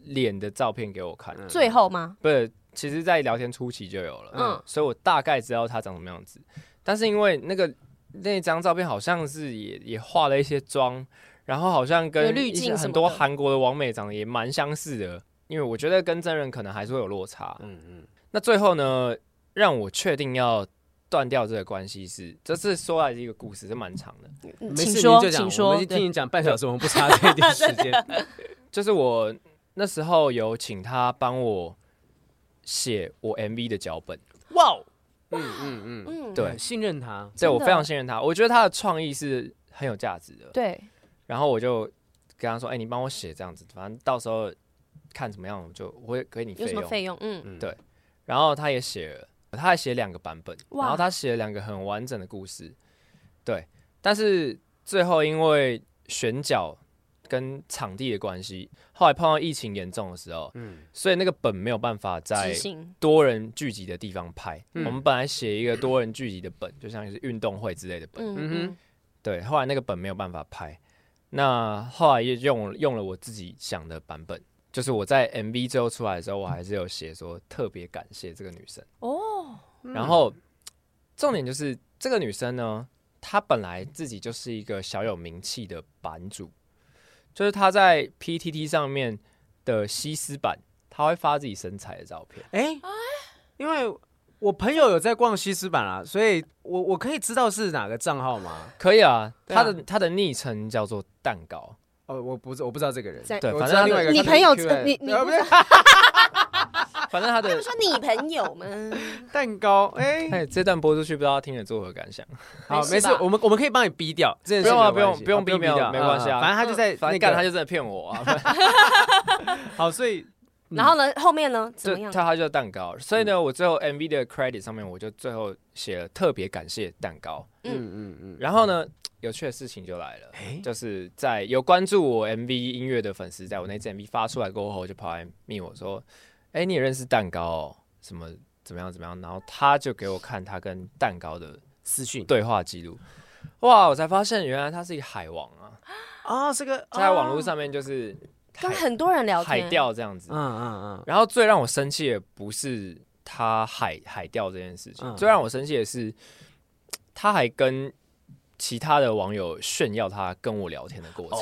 脸的照片给我看，
嗯
最后吗？
不是，其实在聊天初期就有了，
嗯，
所以我大概知道他长什么样子。但是因为那个那张照片好像是也也化了一些妆，然后好像
有
跟
滤
一些
镜什
很
么
多
的
韩国的网美长得也蛮相似的，因为我觉得跟真人可能还是会有落差。
嗯嗯，
那最后呢，让我确定要断掉这个关系是，这是说来是一个故事，是蛮长的。
嗯
没
请
事，你
说，
就讲，
请
我
说
们。听你讲半小时，我们不差这一点时间。
就是我那时候有请他帮我写我 MV 的脚本，
哇哦，嗯嗯嗯，
嗯，
对
嗯信任他，
对我
真的哦
非常信任他，我觉得他的创意是很有价值的。
对，
然后我就跟他说：“哎、你帮我写这样子，反正到时候看怎么样，我就我会给你
有
费
什么
用。
费用？嗯，
嗯
对然后他也写了，他还写两个版本，
哇
然后他写了两个很完整的故事，对。但是最后因为选角跟场地的关系，后来碰到疫情严重的时候，
嗯
所以那个本没有办法在
执行。
多人聚集的地方拍。
嗯
我们本来写一个多人聚集的本，就像是运动会之类的本，
嗯
嗯哼
嗯，
对。后来那个本没有办法拍，那后来也用用了我自己想的版本。就是我在 MV 最后出来的时候，我还是有写说特别感谢这个女生。
哦，
然后重点就是这个女生呢，她本来自己就是一个小有名气的版主，就是她在 PTT 上面的西施版，她会发自己身材的照片。
哎、因为我朋友有在逛西施版啦，所以我我可以知道是哪个账号吗？
可以啊，
对啊
她的她的昵称叫做蛋糕，
哦，我不知我不知道这个人，
在
对，
我
反
知道
正
另外
她
一个
的
你
他
朋友
是
呃你
Q&A
你
呃
不
不
是
是啊
反正她的
说你朋友们，
蛋糕，哎、
哎，这段播出去不知道听了作何感想。
好，
没
没
事
事
吧，
我们我们可以帮你逼掉，这件事
不用啊
没有关系
不用
好
不用逼掉没关系啊
反正他就在
反
那
正
个，
干他就真的骗 我啊，
好，所以嗯
然后呢，后面呢怎
就
么样？
他他就蛋糕，所以呢，我最后 MV 的 credit 上面我就最后写了特别感谢蛋糕。
嗯嗯嗯，
然后呢，有趣的事情就来了，
哎
就是在有关注我 MV 音乐的粉丝，在我那支 MV 发出来过后，就跑来密我说：“哎，你也认识蛋糕、哦？什么怎么样怎么样？”然后他就给我看他跟蛋糕的
私讯
对话记录，哇，我才发现原来他是一个海王啊，
啊，这个
在网络，上面就是海
哦跟很多人聊
海
天，
钓这样子
嗯，嗯
然后最让我生气的不是他海海钓这件事情，
嗯
最让我生气的是他还跟其他的网友炫耀他跟我聊天的过程。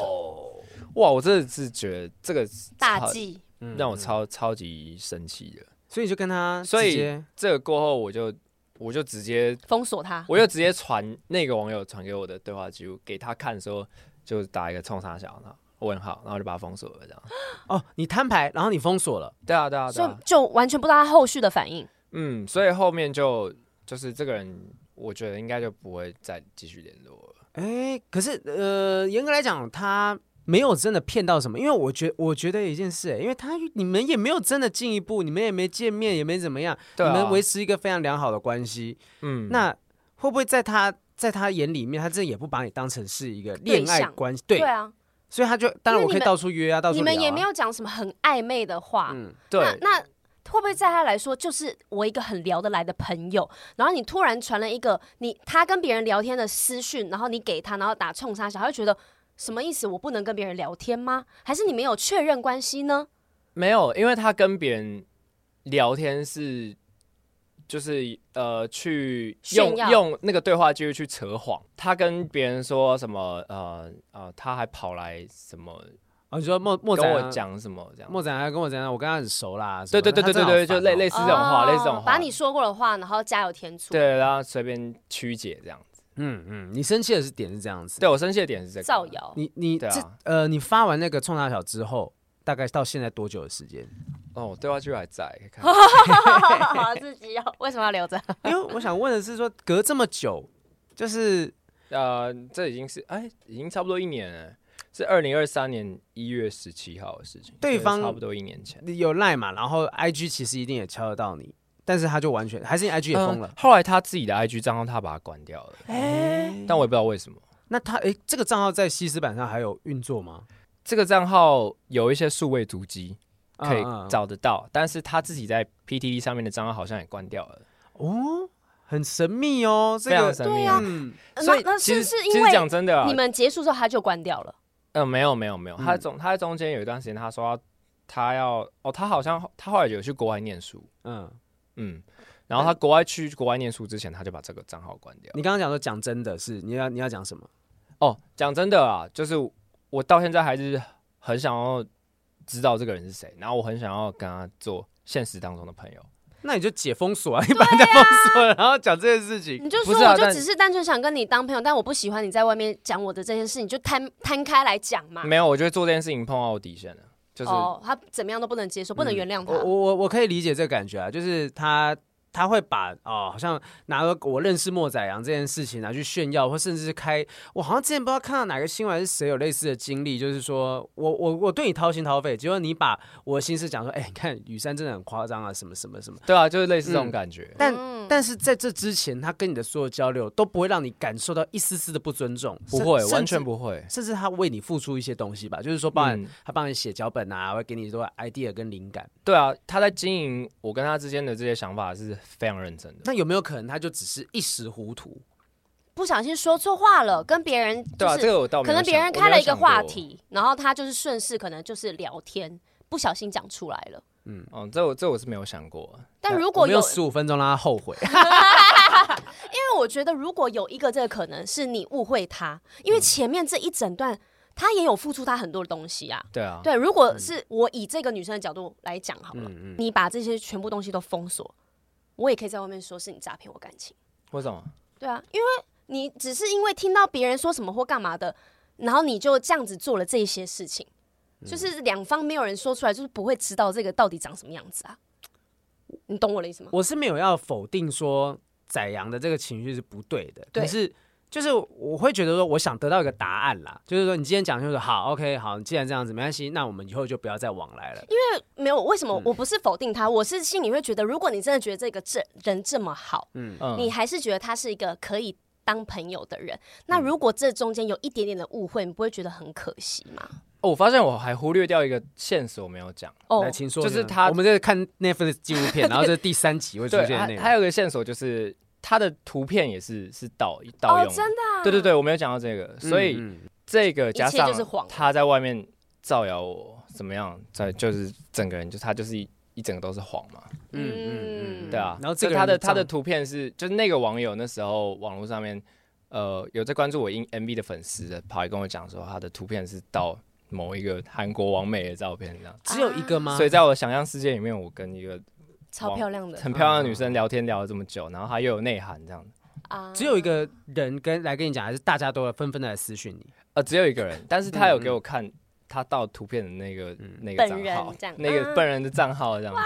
哇，我真的是觉得这个
哦大
超
忌，
嗯，
让我超超级生气的。
所以你就跟他直接，
所以这个过后，我就我就直接
封锁 他。
我就直接传那个网友传给我的对话记录给他看，说就打一个冲他小，然后问号，然后就把他封锁了这样。
哦，你摊牌，然后你封锁了，
对啊，对啊，对
所
啊
以。就完全不知道他后续的反应。
嗯，所以后面就就是这个人，我觉得应该就不会再继续联络了。
哎，可是呃，严格来讲，他。没有真的骗到什么，因为我觉我觉得一件事，因为他你们也没有真的进一步，你们也没见面，也没怎么样，
对啊
你们维持一个非常良好的关系，
嗯，
那会不会在他在他眼里面，他真的也不把你当成是一个
对
恋爱
象
关系？对，
啊，
所以他就当然
因为
我可
你
以
们
到处约啊，到处
你
聊
们
啊
也没有讲什么很暧昧的话。
嗯
对
那那会不会在他来说，就是我一个很聊得来的朋友，然后你突然传了一个你他跟别人聊天的私讯，然后你给他，然后打冲他小，他会觉得什么意思？我不能跟别人聊天吗？还是你没有确认关系呢？
没有，因为他跟别人聊天是就是呃去用
炫耀
用那个对话记录去扯谎，他跟别人说什么呃呃，他还跑来什么
哦，你说莫莫仔
跟
啊
我，讲什么这样。
莫仔还跟我讲啊，我跟他很熟啦。什
对
么
对
的
对对对对，就类类
他真的好烦哦
似这种话，类似这
哦
种话，
把你说过的话，然后加油添醋，
对，然后随便曲解这样子。
嗯嗯，你生气的是点是这样子。
对我生气的点是这个
造谣。
你你
对啊
这呃，你发完那个冲他小之后，大概到现在多久的时间？
哦，对话记录还在，可以 看
自己要为什么要留着？
因为我想问的是说，隔这么久，就是
呃，这已经是哎，已经差不多一年了，是二零二三年一月十七号的事情，
对
所以
方
差不多一年前。
你有赖嘛，然后 IG 其实一定也敲得到你，但是他就完全还是你 IG 也封了
嗯。后来他自己的 IG 账号他把它关掉了，
哎
哎
但我也不知道为什么。
那他诶，这个账号在西施版上还有运作吗？
这个账号有一些数位足迹可以
嗯嗯嗯
找得到，但是他自己在 PTT 上面的账号好像也关掉了，
哦，很神秘哦，这
非常
个
神秘。
对啊
嗯，
所以
那那
其
是
实
不是
其
因
实讲
为
真的啊
你，们结束之后他就关掉了？
嗯，没有没有没有，他
嗯
中他在中间有一段时间他说他要哦，他好像他后来有去国外念书，
嗯，
嗯，然后他国外去国外念书之前，他就把这个账号关掉。
你刚刚讲说讲真的是你要你要讲什么？
哦，讲真的啊，就是我到现在还是很想要知道这个人是谁，然后我很想要跟他做现实当中的朋友。
那你就解封锁啊，你把人家封锁，然后讲这件事情。
你就说
不是啊
我就
但
只是单纯想跟你当朋友，但我不喜欢你在外面讲我的这件事，你就摊摊开来讲嘛。
没有，我觉得做这件事情碰到我底线了，就是、嗯
哦，他怎么样都不能接受，不能原谅
嗯
他。
我我我我可以理解这个感觉啊，就是他他会把哦，好像拿了我认识莫宰阳这件事情拿去炫耀，或甚至是开我好像之前不知道看到哪个新闻还是谁有类似的经历，就是说我我我对你掏心掏肺，结果你把我的心事讲说，哎，你看雨山真的很夸张啊，什么什么什么。
对啊，就是类似这种感觉。
但、
嗯
但是在这之前，他跟你的所有交流都不会让你感受到一丝丝的不尊重，
不
甚
会，
甚
完全
至
不会。
甚至他为你付出一些东西吧，就是说，包含
嗯
他帮你写脚本啊，会给你多 idea 跟灵感。
对啊，他在经营我跟他之间的这些想法是非常认真的。
那有没有可能他就只是一时糊涂？
不小心说错话了，跟别人
对
就
啊，这
是
个我倒没
可
有
能别
想
人
我
开
没
了
有
一个
想过
话题，然后他就是顺势，可能就是聊天，不小心讲出来了。
哦，这我这我是没有想过，
但如果
我们
有
有十五分钟让他后悔，
因为我觉得，如果有一个这个可能是你误会他，
嗯
因为前面这一整段他也有付出他很多的东西啊。
对啊，
对，如果是我以这个女生的角度来讲好了，
嗯嗯嗯，
你把这些全部东西都封锁，我也可以在外面说是你诈骗我感情。
为什么？
对啊，因为你只是因为听到别人说什么或干嘛的，然后你就这样子做了这些事情，
嗯
就是两方没有人说出来，就是不会知道这个到底长什么样子啊。你懂我的意思吗？
我是没有要否定说宰羊的这个情绪是不对的，
对
可是就是我会觉得说，我想得到一个答案啦，就是说你今天讲清楚，好，OK，好，你既然这样子没关系，那我们以后就不要再往来了。
没有，为什
嗯
么我不是否定他？我是心里会觉得，如果你真的觉得这个这人这么好，你
嗯，
还是觉得他是一个可以当朋友的人，
嗯
那如果这中间有一点点的误会，你不会觉得很可惜吗？
哦，我发现我还忽略掉一个线索没有讲，
哦
来，，请说
就
呢，
是他
我们在看 Netflix 纪录 片，然后这是第三集会出
对，
现的
还
内
还
容。
有一个线索就是它的图片也是是盗盗
哦，
用，
真的、啊，
对对对，我没有讲到这个，所以
嗯嗯
这个加上
一切就是谎
他在外面造谣我怎么样，在就是整个人就他就是一一整个都是谎嘛，
嗯嗯嗯
对啊。
然后
就
这个
他的
人的
他的
账
图片是就是那个网友那时候网络上面呃有在关注我 in MV 的粉丝的，跑来跟我讲说他的图片是盗某一个韩国王美的照片这样，
只有一个吗？
啊所以在我想象世界里面，我跟一个
超漂亮的
很漂亮的女生聊天聊了这么久，然后她又有内涵这样。
啊，
只有一个人跟来跟你讲，还是大家都要纷纷的来私讯你？
呃，只有一个人，但是他
嗯
有给我看他盗图片的那个、那个
本人
账号
这样，啊
那个本人的账号这样子。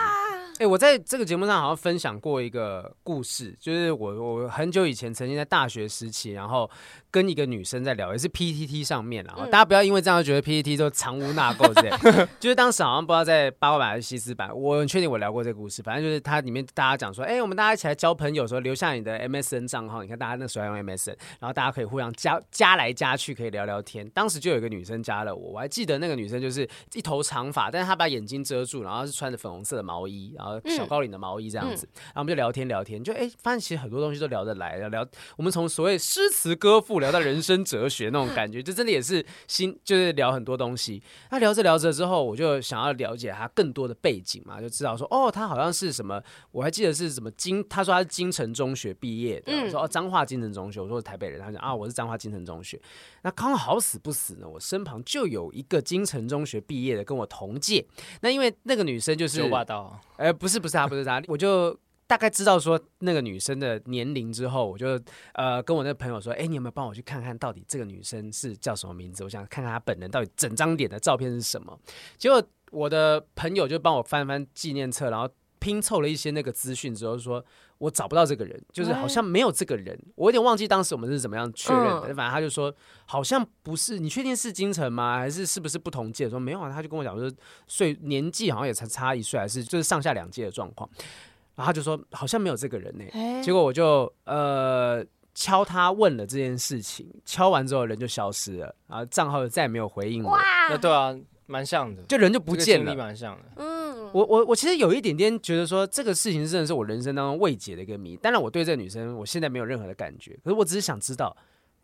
哎、我在这个节目上好像分享过一个故事，就是我我很久以前曾经在大学时期，然后跟一个女生在聊，也是 PTT 上面啦，然后、
嗯
大家不要因为这样就觉得 PTT 都藏污纳垢之类，就是当时好像不知道在八卦版还是西斯版，我很确定我聊过这个故事，反正就是它里面大家讲说，哎、我们大家一起来交朋友的时候，留下你的 MSN 账号，你看大家那时候还用 MSN，然后大家可以互相加加来加去，可以聊聊天。当时就有一个女生加了我，我还记得那个女生就是一头长发，但是她把眼睛遮住，然后是穿着粉红色的毛衣，然后小高领的毛衣这样子，然后我们就聊天聊天，就哎、发现其实很多东西都聊得来，聊啊聊我们从所谓诗词歌赋聊到人生哲学那种感觉，就真的也是新，就是聊很多东西。那聊着聊着之后，我就想要了解他更多的背景嘛，就知道说哦，他好像是什么，我还记得是什么京，他说他是京城中学毕业的，
嗯
我说哦彰化京城中学，我说我是台北人，他讲啊我是彰化京城中学。那刚好好死不死呢，我身旁就有一个京城中学毕业的，跟我同届。那因为那个女生就是
九把
啊
刀，
哎，不是不是他，不是他， 我就大概知道说那个女生的年龄之后，我就呃跟我那个朋友说，哎，你有没有帮我去看看到底这个女生是叫什么名字？我想看看她本人到底整张脸的照片是什么。结果我的朋友就帮我翻翻纪念册，然后。拼凑了一些那个资讯之后说，我找不到这个人，就是好像没有这个人，我有点忘记当时我们是怎么样确认的。
嗯
反正他就说，好像不是，你确定是京城吗？还是是不是不同届？我说没有啊，他就跟我讲说，岁年纪好像也才差一岁，还是就是上下两届的状况。然后他就说好像没有这个人呢、
哎
结果我就呃敲他问了这件事情，敲完之后人就消失了，然后账号就再也没有回应我，
那对啊，蛮像的，
就人就不
这个
见
经历
了。
蛮像的。
嗯，
我我我其实有一点点觉得说这个事情真的是我人生当中未解的一个谜。当然我对这个女生我现在没有任何的感觉，可是我只是想知道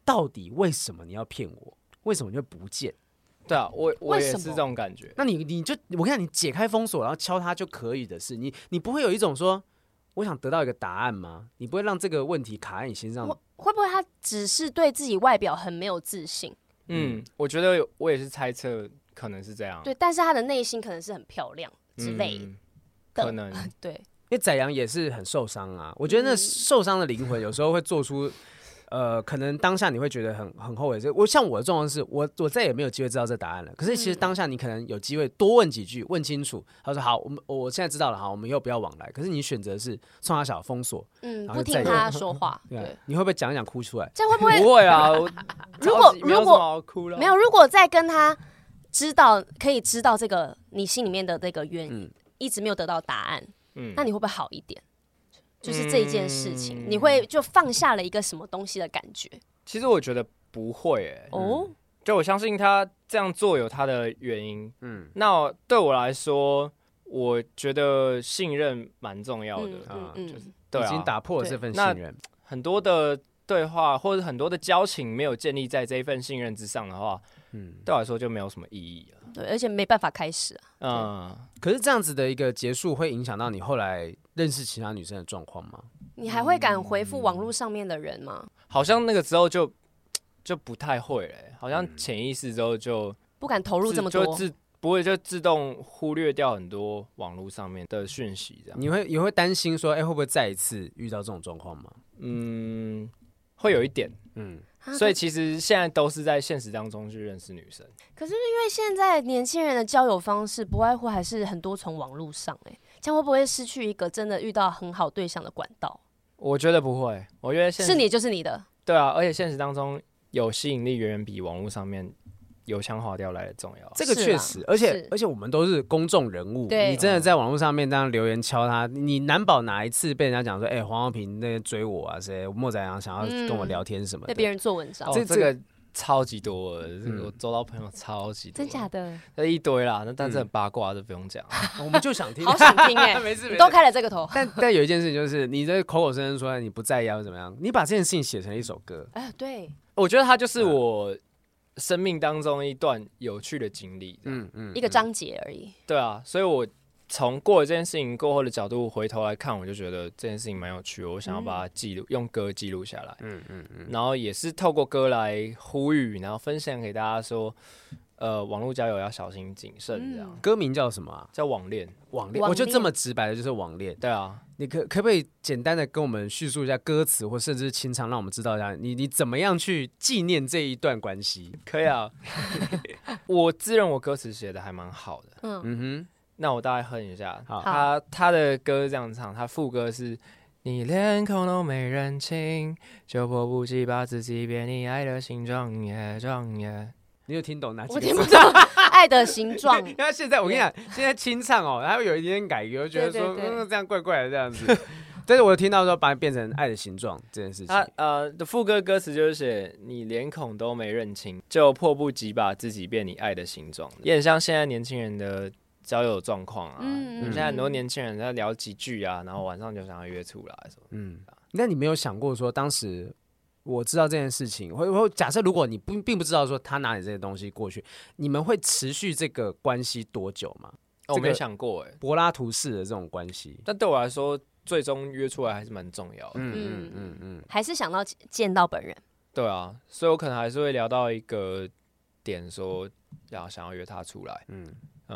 到底为什么你要骗我，为什么你会不见？
对啊，我我
为
也
什
是
么
这种感觉。
那你你就我跟你讲，你解开封锁，然后敲他就可以的事，你你不会有一种说我想得到一个答案吗？你不会让这个问题卡在你心上？
我会不会他只是对自己外表很没有自信？
嗯，我觉得我也是猜测可能是这样，
对，但是他的内心可能是很漂亮之类的。
嗯可能
对，
因为宰羊也是很受伤
嗯
啊，我觉得那受伤的灵魂有时候会做出。 呃，可能当下你会觉得很很后悔。这我像我的状况是我我再也没有机会知道这答案了。可是其
嗯
实当下你可能有机会多问几句，问清楚。他说好，我们我现在知道了，好，我们以后不要往来。可是你选择是冲他小封锁，
嗯，
然
不
后
听
再也
他说话，
对啊
对，
你会不会讲一讲哭出来？
这 样会不会
不会 啊。我
如
超
果
级没有
如
什
果
么好哭了，
没有，如果再跟他知道，可以知道这个你心里面的那个原因，
嗯
一直没有得到答案，
嗯
那你会不会好一点？就是这一件事情，你会就放下了一个什么东西的感觉
其实我觉得不会诶、
哦，
就我相信他这样做有他的原因。
嗯
那对我来说，我觉得信任蛮重要的，
嗯嗯
啊
嗯
对啊，
已经打破了这份信
那
任。
很多的对话或者很多的交情没有建立在这一份信任之上的话，
嗯，
对我来说就没有什么意义了。
对，而且没办法开始啊。
嗯，
可是这样子的一个结束，会影响到你后来认识其他女生的状况吗？
你还会敢回复网络上面的人吗？
好像那个时候就就不太会了、欸好
嗯
像潜意识之后就
不敢投入
自
这么
就
多，
自不会就自动忽略掉很多网络上面的讯息，这样。
你会你会担心说，哎、会不会再一次遇到这种状况吗？
嗯，会有一点。
嗯，
啊
所以
可
其实现在都是在现实当中去认识女生。
可是因为现在年轻人的交友方式不外乎还是很多从网络上、欸，哎，这样会不会失去一个真的遇到很好对象的管道？
我觉得不会，我觉得现
是你就是你的，
对啊，而且现实当中有吸引力远远比网络上面油腔滑调来的重要啊。
这个
是
确
啦
实，而且
是
而且我们都是公众人物，
对
你真的在网络上面这样留言敲他，你难保哪一次被人家讲说，哎、黄浩平那追我啊，谁莫宰阳想要跟我
嗯
聊天什么的，
被别人做文章，
哦，
这
这
这
个超级多的，这
嗯
个我周到朋友超级多，
真假？的？
那一堆啦，那
嗯
但是很八卦，这不用讲。
我们就想听，
好想听哎、
没事没
你
事
都开了这个头，
但但有一件事情就是，你在口口声声说你不在意啊或怎么样，你把这件事情写成一首歌，
哎，对，
我觉得它就是
嗯
我生命当中一段有趣的经历。嗯，
嗯嗯
一个章节而已。
对啊，所以我从过了这件事情过后的角度回头来看，我就觉得这件事情蛮有趣的，我想要把它记录，用歌记录下来。
嗯嗯嗯，
然后也是透过歌来呼吁，然后分享给大家说，呃，网络交友要小心谨慎，这样、
歌名叫什么啊？
叫网恋。
网恋，
网
我就这
恋
么直白的就是网恋。
对啊，
你可可不可以简单的跟我们叙述一下歌词，或甚至是清唱，让我们知道一下你你怎么样去纪念这一段关系？
可 以啊。我自认我歌词写的还蛮好的，
嗯，
嗯
那我大概哼一下。
好
他他的歌是这样唱，他副歌是。你连空都没认清，就迫不及待把自己变你爱的形状也状也。
哼，你有听懂哪几
我
个
听
字？
不懂 爱的形状，
因为现在我跟你讲，现在清唱哦，然后有一点改革，觉得
对
说
对对
嗯这样怪怪的这样子。但是我听到说把它变成爱的形状这件事情
啊
他，呃的副歌歌词就是写你连孔都没认清，就迫不及把自己变你爱的形状，也很像现在年轻人的交友状况啊。
嗯
嗯，
嗯
现在很多年轻人在聊几句啊，然后晚上就想要约出来什么。
嗯，那你没有想过说当时我知道这件事情，会会假设如果你不并不知道说他拿你这些东西过去，你们会持续这个关系多久吗？
哦我
这个
没想过哎、
柏拉图式的这种关系，
但对我来说，最终约出来还是蛮重要的。
嗯
嗯
嗯嗯
还是想到见见到本人。
对啊，所以我可能还是会聊到一个点，说要想要约他出来。
嗯嗯。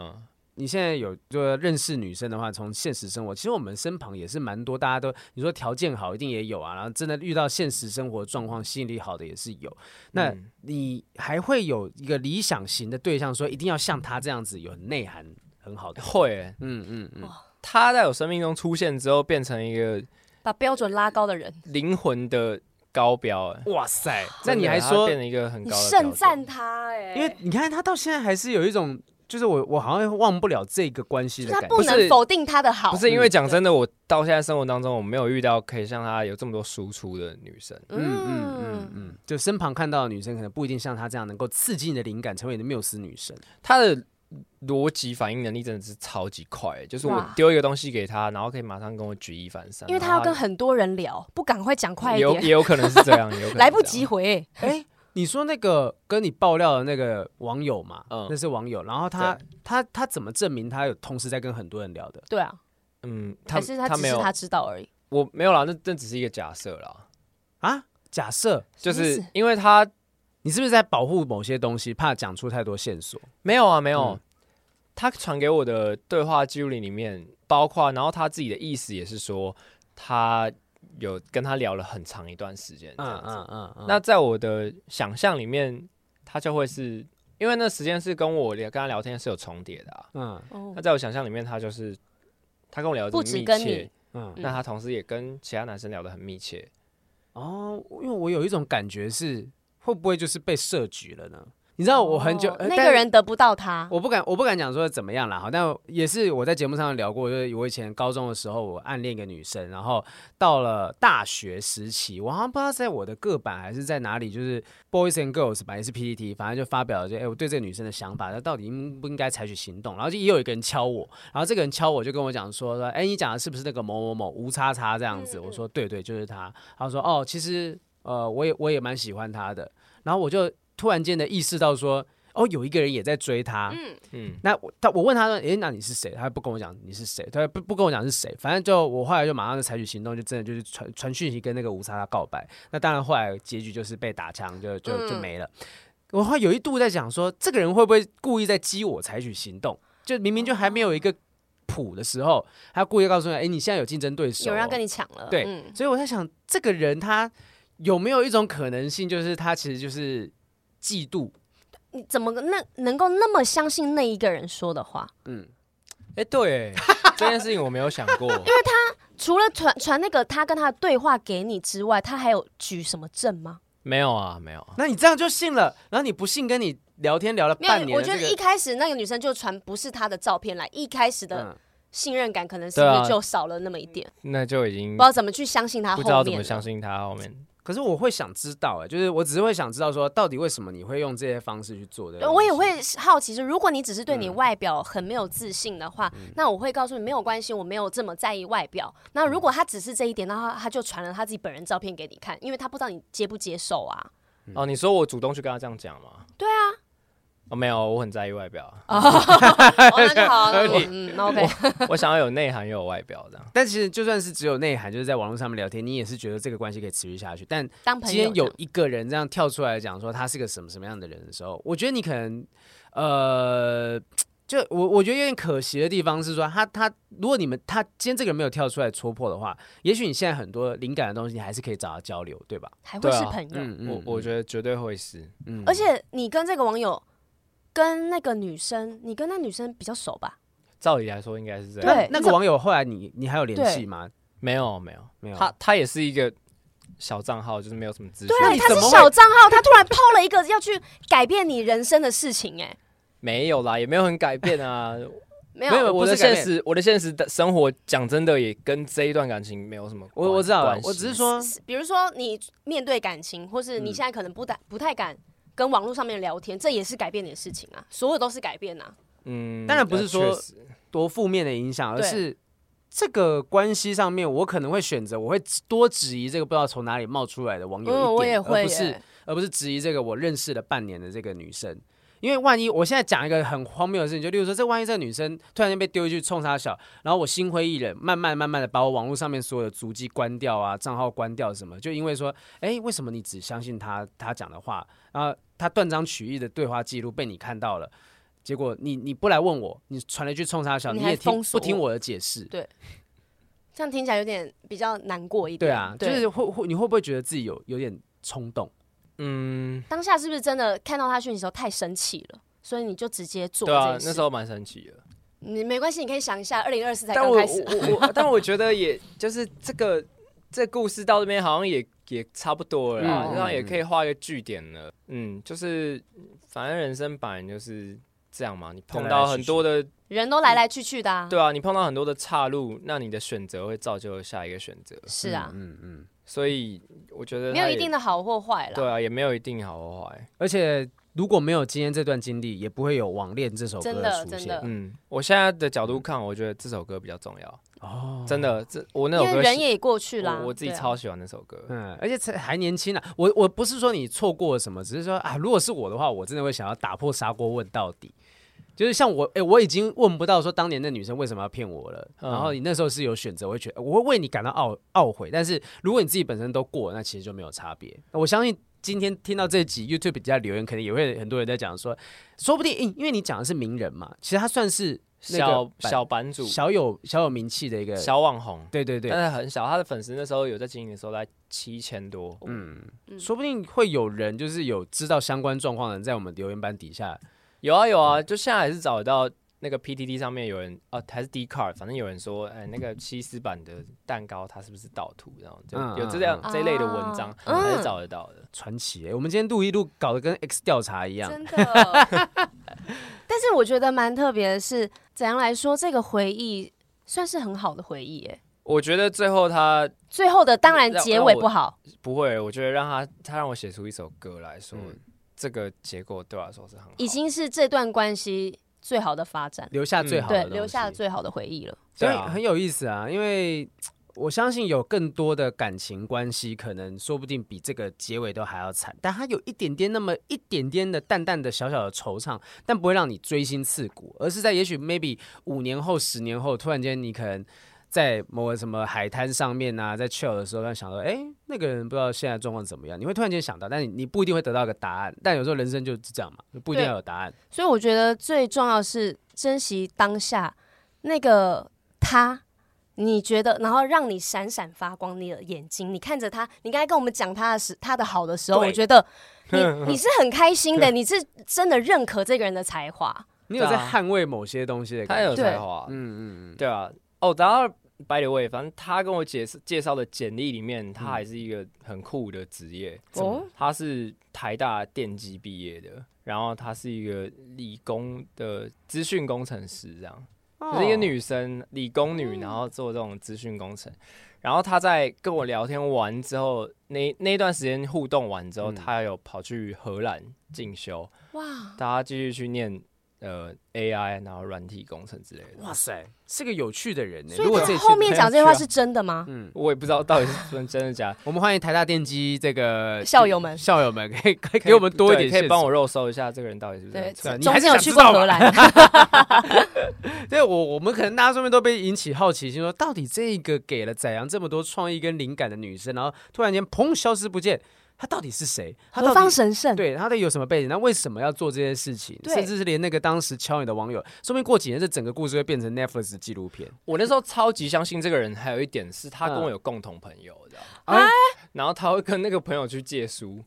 嗯，
你现在有就认识女生的话，从现实生活，其实我们身旁也是蛮多，大家都你说条件好一定也有啊，然后真的遇到现实生活状况，吸引力好的也是有。那
嗯
你还会有一个理想型的对象，说一定要像他这样子有很内涵、很好的？
会欸、
嗯嗯嗯，
他在我生命中出现之后，变成一个
把标准拉高的人，
灵魂的高标哎、
哇塞！那
真的
你还
它
说
啊变，成一个很
你
高的
盛
标
赞
准，
他哎、
因为你看他到现在还是有一种，就是我我好像忘不了这个关系
就
的
是他
感
不
觉。
能否定他的好，
不是
嗯
因为讲
对
真的，我到现在生活当中，我没有遇到可以像她有这么多输出的女生。
嗯嗯嗯嗯，就身旁看到的女生，可能不一定像她这样能够刺激你的灵感，成为你的缪斯女神。
她的逻辑反应能力真的是超级快、欸就是我
哇
丢一个东西给她，然后可以马上跟我举一反三。
因为他
然
要
后
跟很多人聊，不赶快讲快一
也有也
点，
有可能是这样， 也有可能
来不
是这
及
样。
回、欸
哎、你说那个跟你爆料的那个网友嘛，
嗯
那是网友，然后他
对
他他怎么证明他有同时在跟很多人聊的？
对啊，
嗯，
还
他
是他
他
只
没
是
有，
他知道而已，
我没有啦，那那只是一个假设啦，
啊？假设
就
什么意
是
思
因为他
你是不是在保护某些东西，怕讲出太多线索？
没有啊，没有
嗯。
他传给我的对话记录里面，包括然后他自己的意思也是说，他有跟他聊了很长一段时间这样
嗯
子。
嗯嗯嗯。
那在我的想象里面，他就会是因为那时间是跟我聊跟他聊天是有重叠的啊。
嗯
哦
那，在我想象里面，他就是他跟我聊的
不止
密
跟
切
你，
嗯
那他同时也跟其他男生聊得很密切。
哦，因为我有一种感觉是，会不会就是被设局了呢？你知道我很久、呃
哦那
但
个人得不到他，
我不敢，我不敢讲说怎么样啦，好，但也是我在节目上聊过，就是我以前高中的时候，我暗恋一个女生，然后到了大学时期，我好像不知道在我的个版还是在哪里，就是 Boys and Girls 版也是 PPT，反正就发表了就哎、我对这个女生的想法，她到底应不应该采取行动？然后就也有一个人敲我，然后这个人敲我就跟我讲说说，哎、你讲的是不是那个某某某吴叉叉这样子？
嗯嗯
我说对对，就是他。他说哦，其实。呃，我也我也蛮喜欢他的。然后我就突然间的意识到说，哦，有一个人也在追他。
嗯，
嗯，
那我他我问他说，诶，那你是谁？他不跟我讲你是谁，他不不跟我讲是谁。反正就我后来就马上就采取行动，就真的就是传传讯息跟那个吴莎莎告白。那当然后来结局就是被打枪，就就就
嗯
没了。我后来有一度在想说，这个人会不会故意在激我采取行动？就明明就还没有一个谱的时候，他故意告诉你，诶，你现在有竞争对手、哦，
有人要跟你抢了，
对
嗯，
所以我在想，这个人他有没有一种可能性，就是他其实就是嫉妒？
你怎么那能够那么相信那一个人说的话？
嗯，
哎，对，这件事情我没有想过，
除了传传那个他跟他的对话给你之外，他还有举什么证吗？
没有啊，没有啊，
那你这样就信了，然后你不信，跟你聊天聊了
没有
半，年
我
的这
觉
个、
得一开始那个女生就传不是他的照片来，一开始的
嗯，
信任感可能是不
对啊
是就少了那么一点，
那就已经
嗯不知道怎么去相信他
不知道
后
怎么
面
相
了。
信他后面。
可是我会想知道、哎，就是我只是会想知道说，到底为什么你会用这些方式去做的？
对，我也会好奇，是如果你只是对你外表很没有自信的话，那我会告诉你没有关系，我没有这么在意外表。那如果他只是这一点，那他他就传了他自己本人照片给你看，因为他不知道你接不接受啊。
嗯
哦，你说我主动去跟他这样讲吗？
对啊，
哦，没有，我很在意外表，啊
哦，那就好，那我嗯，那 OK，
我想要有内涵又有外表这样。
但其实就算是只有内涵，就是在网络上面聊天，你也是觉得这个关系可以持续下去。但
当朋
今
友
天
这
有
样。
一个人这样跳出来讲说他是个什么什么样的人的时候，我觉得你可能，呃，就我我觉得有点可惜的地方是说他他如果你们他今天这个人没有跳出来戳破的话，也许你现在很多灵感的东西你还是可以找他交流，对吧？
还会
对啊
是朋友。
我
嗯
我觉得绝对会是，
嗯
而且你跟这个网友，跟那个女生，你跟那女生比较熟吧？
照理来说应该是这样。
对
那
你
个
怎
网友后来你你还有联系吗？
没有没有，
没有。
他他也是一个小账号，就是没有什么资讯。
对啊，
你
他
怎
是
么会
小账号，他突然抛了一个要去改变你人生的事情、哎，
没有啦，也没有很改变啊。
没
没有
有，
不
我
是
的
改
现
变
实，我的现实的生活，讲真的也跟这一段感情没有什么关。
我我知道了
关，系
我只是说，
比如说你面对感情，或是你现在可能不太不太敢。跟网络上面聊天，这也是改变你的事情啊，所有都是改变啊。
嗯，
当然不是说
呃确实
多负面的影响，而
对
是这个关系上面，我可能会选择，我会多质疑这个不知道从哪里冒出来的网友一点，
嗯，我也
而
会
不是
耶，
而不是质疑这个我认识了半年的这个女生。因为万一我现在讲一个很荒谬的事情，就例如说，这万一这个女生突然间被丢一句冲她小，然后我心灰意冷，慢慢慢慢的把我网络上面所有的足迹关掉啊，账号关掉什么，就因为说，哎，为什么你只相信她她讲的话，然后她断章取义的对话记录被你看到了，结果你你不来问我，你传了一句冲她小，
你
你
还
也听
封
不
锁
听
我
我的解释，
这样听起来有点比较难过一点。
对啊，就是会会你会不会觉得自己有有点冲动？
嗯，
当下是不是真的看到他讯息的时候太生气了，所以你就直接做
对
这
啊
件，事？
那时候蛮神奇的。
你没关系，你可以想一下，二零二四才
但
刚
我
开始，
我我，但我觉得也就是这个这故事到这边好像也也差不多了啦，
嗯
然后、也可以画一个句点了。嗯，就是反正人生本来就是这样嘛，你碰到很多的
人都来来去去的啊。
对啊，你碰到很多的岔路，那你的选择会造就下一个选择，
是啊，
嗯嗯嗯
所以我觉得
没有
它也
一定的好或坏啦。
对啊，也没有一定好或坏。
而且如果没有今天这段经历，也不会有《网恋》这首歌
真的
出
真
现
的。
嗯，我现在的角度看，我觉得这首歌比较重要，
哦，
真的，这我那首
因为
歌
人
喜
也过去啦。
我我自己
对啊
超喜欢那首歌。
嗯，而且才还年轻啊。我我不是说你错过了什么，只是说啊，如果是我的话，我真的会想要打破砂锅问到底。就是像我，哎、我已经问不到说当年那女生为什么要骗我了。
嗯
然后你那时候是有选择，我会觉得我会为你感到懊懊悔。但是如果你自己本身都过了，那其实就没有差别。我相信今天听到这集 YouTube 底下留言，可能也会很多人在讲说，说不定、因因为你讲的是名人嘛，其实他算是那个
小
版
小版主，
小有小有名气的一个，
小呃网红，
对对对，
但是很小，他的粉丝那时候有在经营的时候在七千多，
嗯，说不定会有人就是有知道相关状况的人，在我们留言板底下，
有啊有啊，
嗯
就现在还是找得到那个 PTT 上面有人啊，还是 d c a r 反正有人说，哎，那个西斯版的蛋糕它是不是盗图，然后就
嗯
有这样
嗯嗯
这一类的文章
啊，嗯
还是找得到的。
传奇、欸。我们今天录一录，搞得跟 X 调查一样。
真的。 但是我觉得蛮特别的是，怎样来说，这个回忆算是很好的回忆耶。
我觉得最后他
最后的当然
让
结尾不好，
不会，我觉得让他他让我写出一首歌来说
嗯，
这个结果对我来说是很好。
已经是这段关系最好的发展，
留下最
嗯
好的、
对，留下了。最好的回忆了。
所以
对啊
很有意思啊，因为我相信有更多的感情关系，可能说不定比这个结尾都还要惨，但它有一点点那么一点点的淡淡的小小的惆怅，但不会让你锥心刺骨，而是在也许 maybe 五年后、十年后，突然间你可能在某个什么海滩上面啊，在 chill 的时候，突然想到，哎、那个人不知道现在状况怎么样，你会突然间想到，但你你不一定会得到一个答案，但有时候人生就是这样嘛，就不一定
对
要有答案。
所以我觉得最重要的是珍惜当下那个他，你觉得，然后让你闪闪发光你的眼睛，你看着他，你刚才跟我们讲他的时他的好的时候，
对
我 觉得你你是很开心的，你是真的认可这个人的才华。
你有
对
在
啊
捍卫某些东西的
他
感
很
觉，
有
对
才华，
嗯嗯嗯，
对啊。哦，然后 by the way，反正他跟我解释介绍的简历里面，他还是一个很酷的职业。
哦，
他是台大电机毕业的，然后他是一个理工的资讯工程师，这样，
嗯哦
就是一个女生，理工女，然后做这种资讯工程。然后她在跟我聊天完之后，那那段时间互动完之后，
嗯
她有跑去荷兰进修，
哇，
大家继续去念呃 AI，然后软体工程之类的。
哇塞，是个有趣的人呢、
所
如果
以
这
他
次
后面讲这句话
去啊
是真的吗？
嗯
我也不知道到底是真真的假 的，
我们欢迎台大电机这个
校友 们
校友们可以可以
可以
给我们多一点
对可
线
以帮
索
我。肉搜一下这个人到底是不是
对
很扯。，
你
总
还
之
是
有
想
去
知
过
道
荷
吧
兰，
对我我们可能大家说面都被引起好奇心，说到底这个给了宰阳这么多创意跟灵感的女生，然后突然间砰消失不见，她到底是谁？她
何
到
方
底？
神圣？
对，她到底有什么背景？那为什么要做这些事情？
对
甚至是连那个当时敲你的网友，说不定过几年这整个故事会变成 Netflix 的纪录片。
我那时候超级相信这个人，还有一点是他跟我有共同朋友，知道吗？
啊
然后他会跟那个朋友去借书。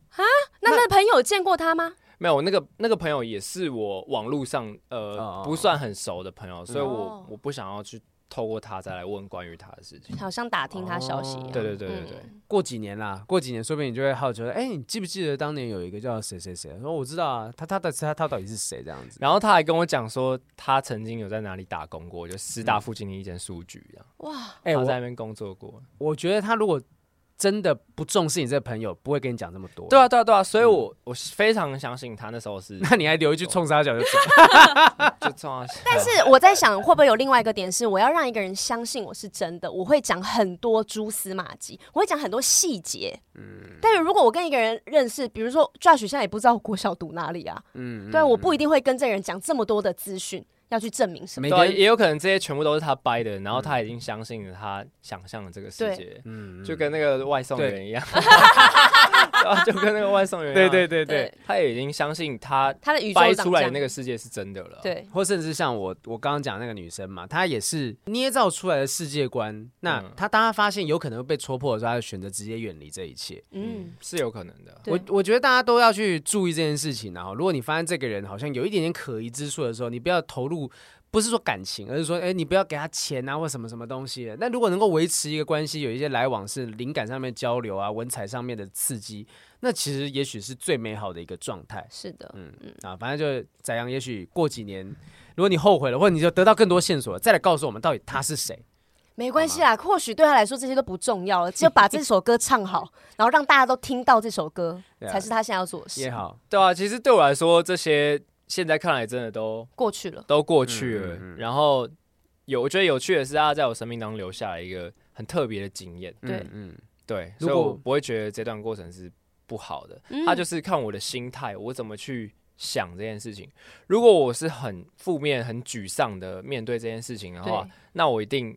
那那朋友见过他吗？
没有，我那个那个朋友也是我网络上呃、
哦
不算很熟的朋友，所以我、
哦
我不想要去透过他再来问关于他的事情。
好像打听他消
哦
息一样。
对对对对对，
过几年啦，过几年，说不定你就会好奇说，哎、你记不记得当年有一个叫谁谁谁？说我知道啊，他他的他他到底是谁这样子？
然后他还跟我讲说，他曾经有在哪里打工过，就师大附近的一间书局这样，
哇，
哎、
他在
我
那边工作过。
我觉得他如果真的不重视你这朋友，不会跟嗯你讲这么多。
对，啊，对啊，对啊，所以我、我非常相信他那时 候是
那你还留一句冲杀脚就走，
就重 要，
但是我在想，会不会有另外一个点是，我要让一个人相信我是真的，我会讲很多蛛丝马迹，我会讲很多细节。嗯，但是如果我跟一个人认识，比如说 Josh 现在也不知道我国小读哪里啊，嗯，对啊，我不一定会跟这个人讲这么多的资讯，要去证明什么。
每
对啊、
个人
也有可能这些全部都是他掰的，然后他已经相信了他想象的这个世界，
嗯，
就跟那个外送
对
员一样， 然后就跟那个外送员一
对
样，
对对
对
对，
他也已经相信他
他的宇宙
掰
长
出
这
来的
样
那个世界是真的了。，
对，
或甚至像我我刚刚讲那个女生嘛，她也是捏造出来的世界观。那
嗯
她当她发现有可能会被戳破的时候，她就选择直接远离这一切。
嗯，
是有可能的。
对
我我觉得大家都要去注意这件事情、然后如果你发现这个人好像有一点点可疑之处的时候，你不要投入，不是说感情，而是说，哎、你不要给他钱啊，或什么什么东西的。那如果能够维持一个关系，有一些来往是灵感上面交流啊，文采上面的刺激，那其实也许是最美好的一个状态。
是的，
啊，反正就是宰阳，也许过几年，如果你后悔了，或者你就得到更多线索，再来告诉我们到底他是谁。
没关系啦，或许对他来说这些都不重要了，只有把这首歌唱好，然后让大家都听到这首歌，
对啊
才是他现在要做的
也
事。
好，
对啊，其实对我来说，这些现在看来真的都
过去了，
都过去了。
嗯嗯嗯
然后有，我觉得有趣的是，他在我生命当中留下了一个很特别的经验。
对
嗯，嗯
对，
如
所以
果
我不会觉得这段过程是不好的。
嗯
他就是看我的心态，我怎么去想这件事情。如果我是很负面、很沮丧的面对这件事情的话
对，
那我一定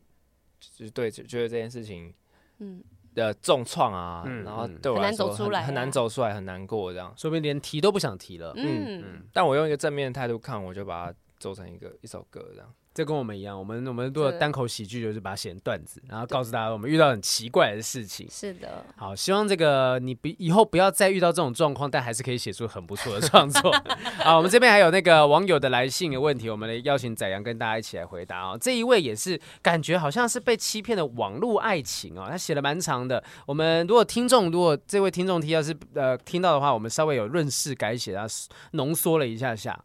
就是对就觉得这件事情
嗯，
的重创啊，
嗯
然后
嗯
对我
很
来
难走
说
出
很
来
很难
啊
走出来，很难过这样。
说不定连提都不想提了。
嗯，
但我用一个正面的态度看，我就把它做成一个一首歌这样。
这跟我们一样，我们我们做
对
单口喜剧就是把它写成段子，然后告诉大家我们遇到很奇怪的事情。
是的，
好，希望这个你不以后不要再遇到这种状况，但还是可以写出很不错的创作。好，我们这边还有那个网友的来信的问题，我们来邀请宰阳跟大家一起来回答哦。这一位也是感觉好像是被欺骗的网络爱情哦，他写了蛮长的。我们如果听众，如果这位听众听要是呃听到的话，我们稍微有润饰改写，然后浓缩了一下下。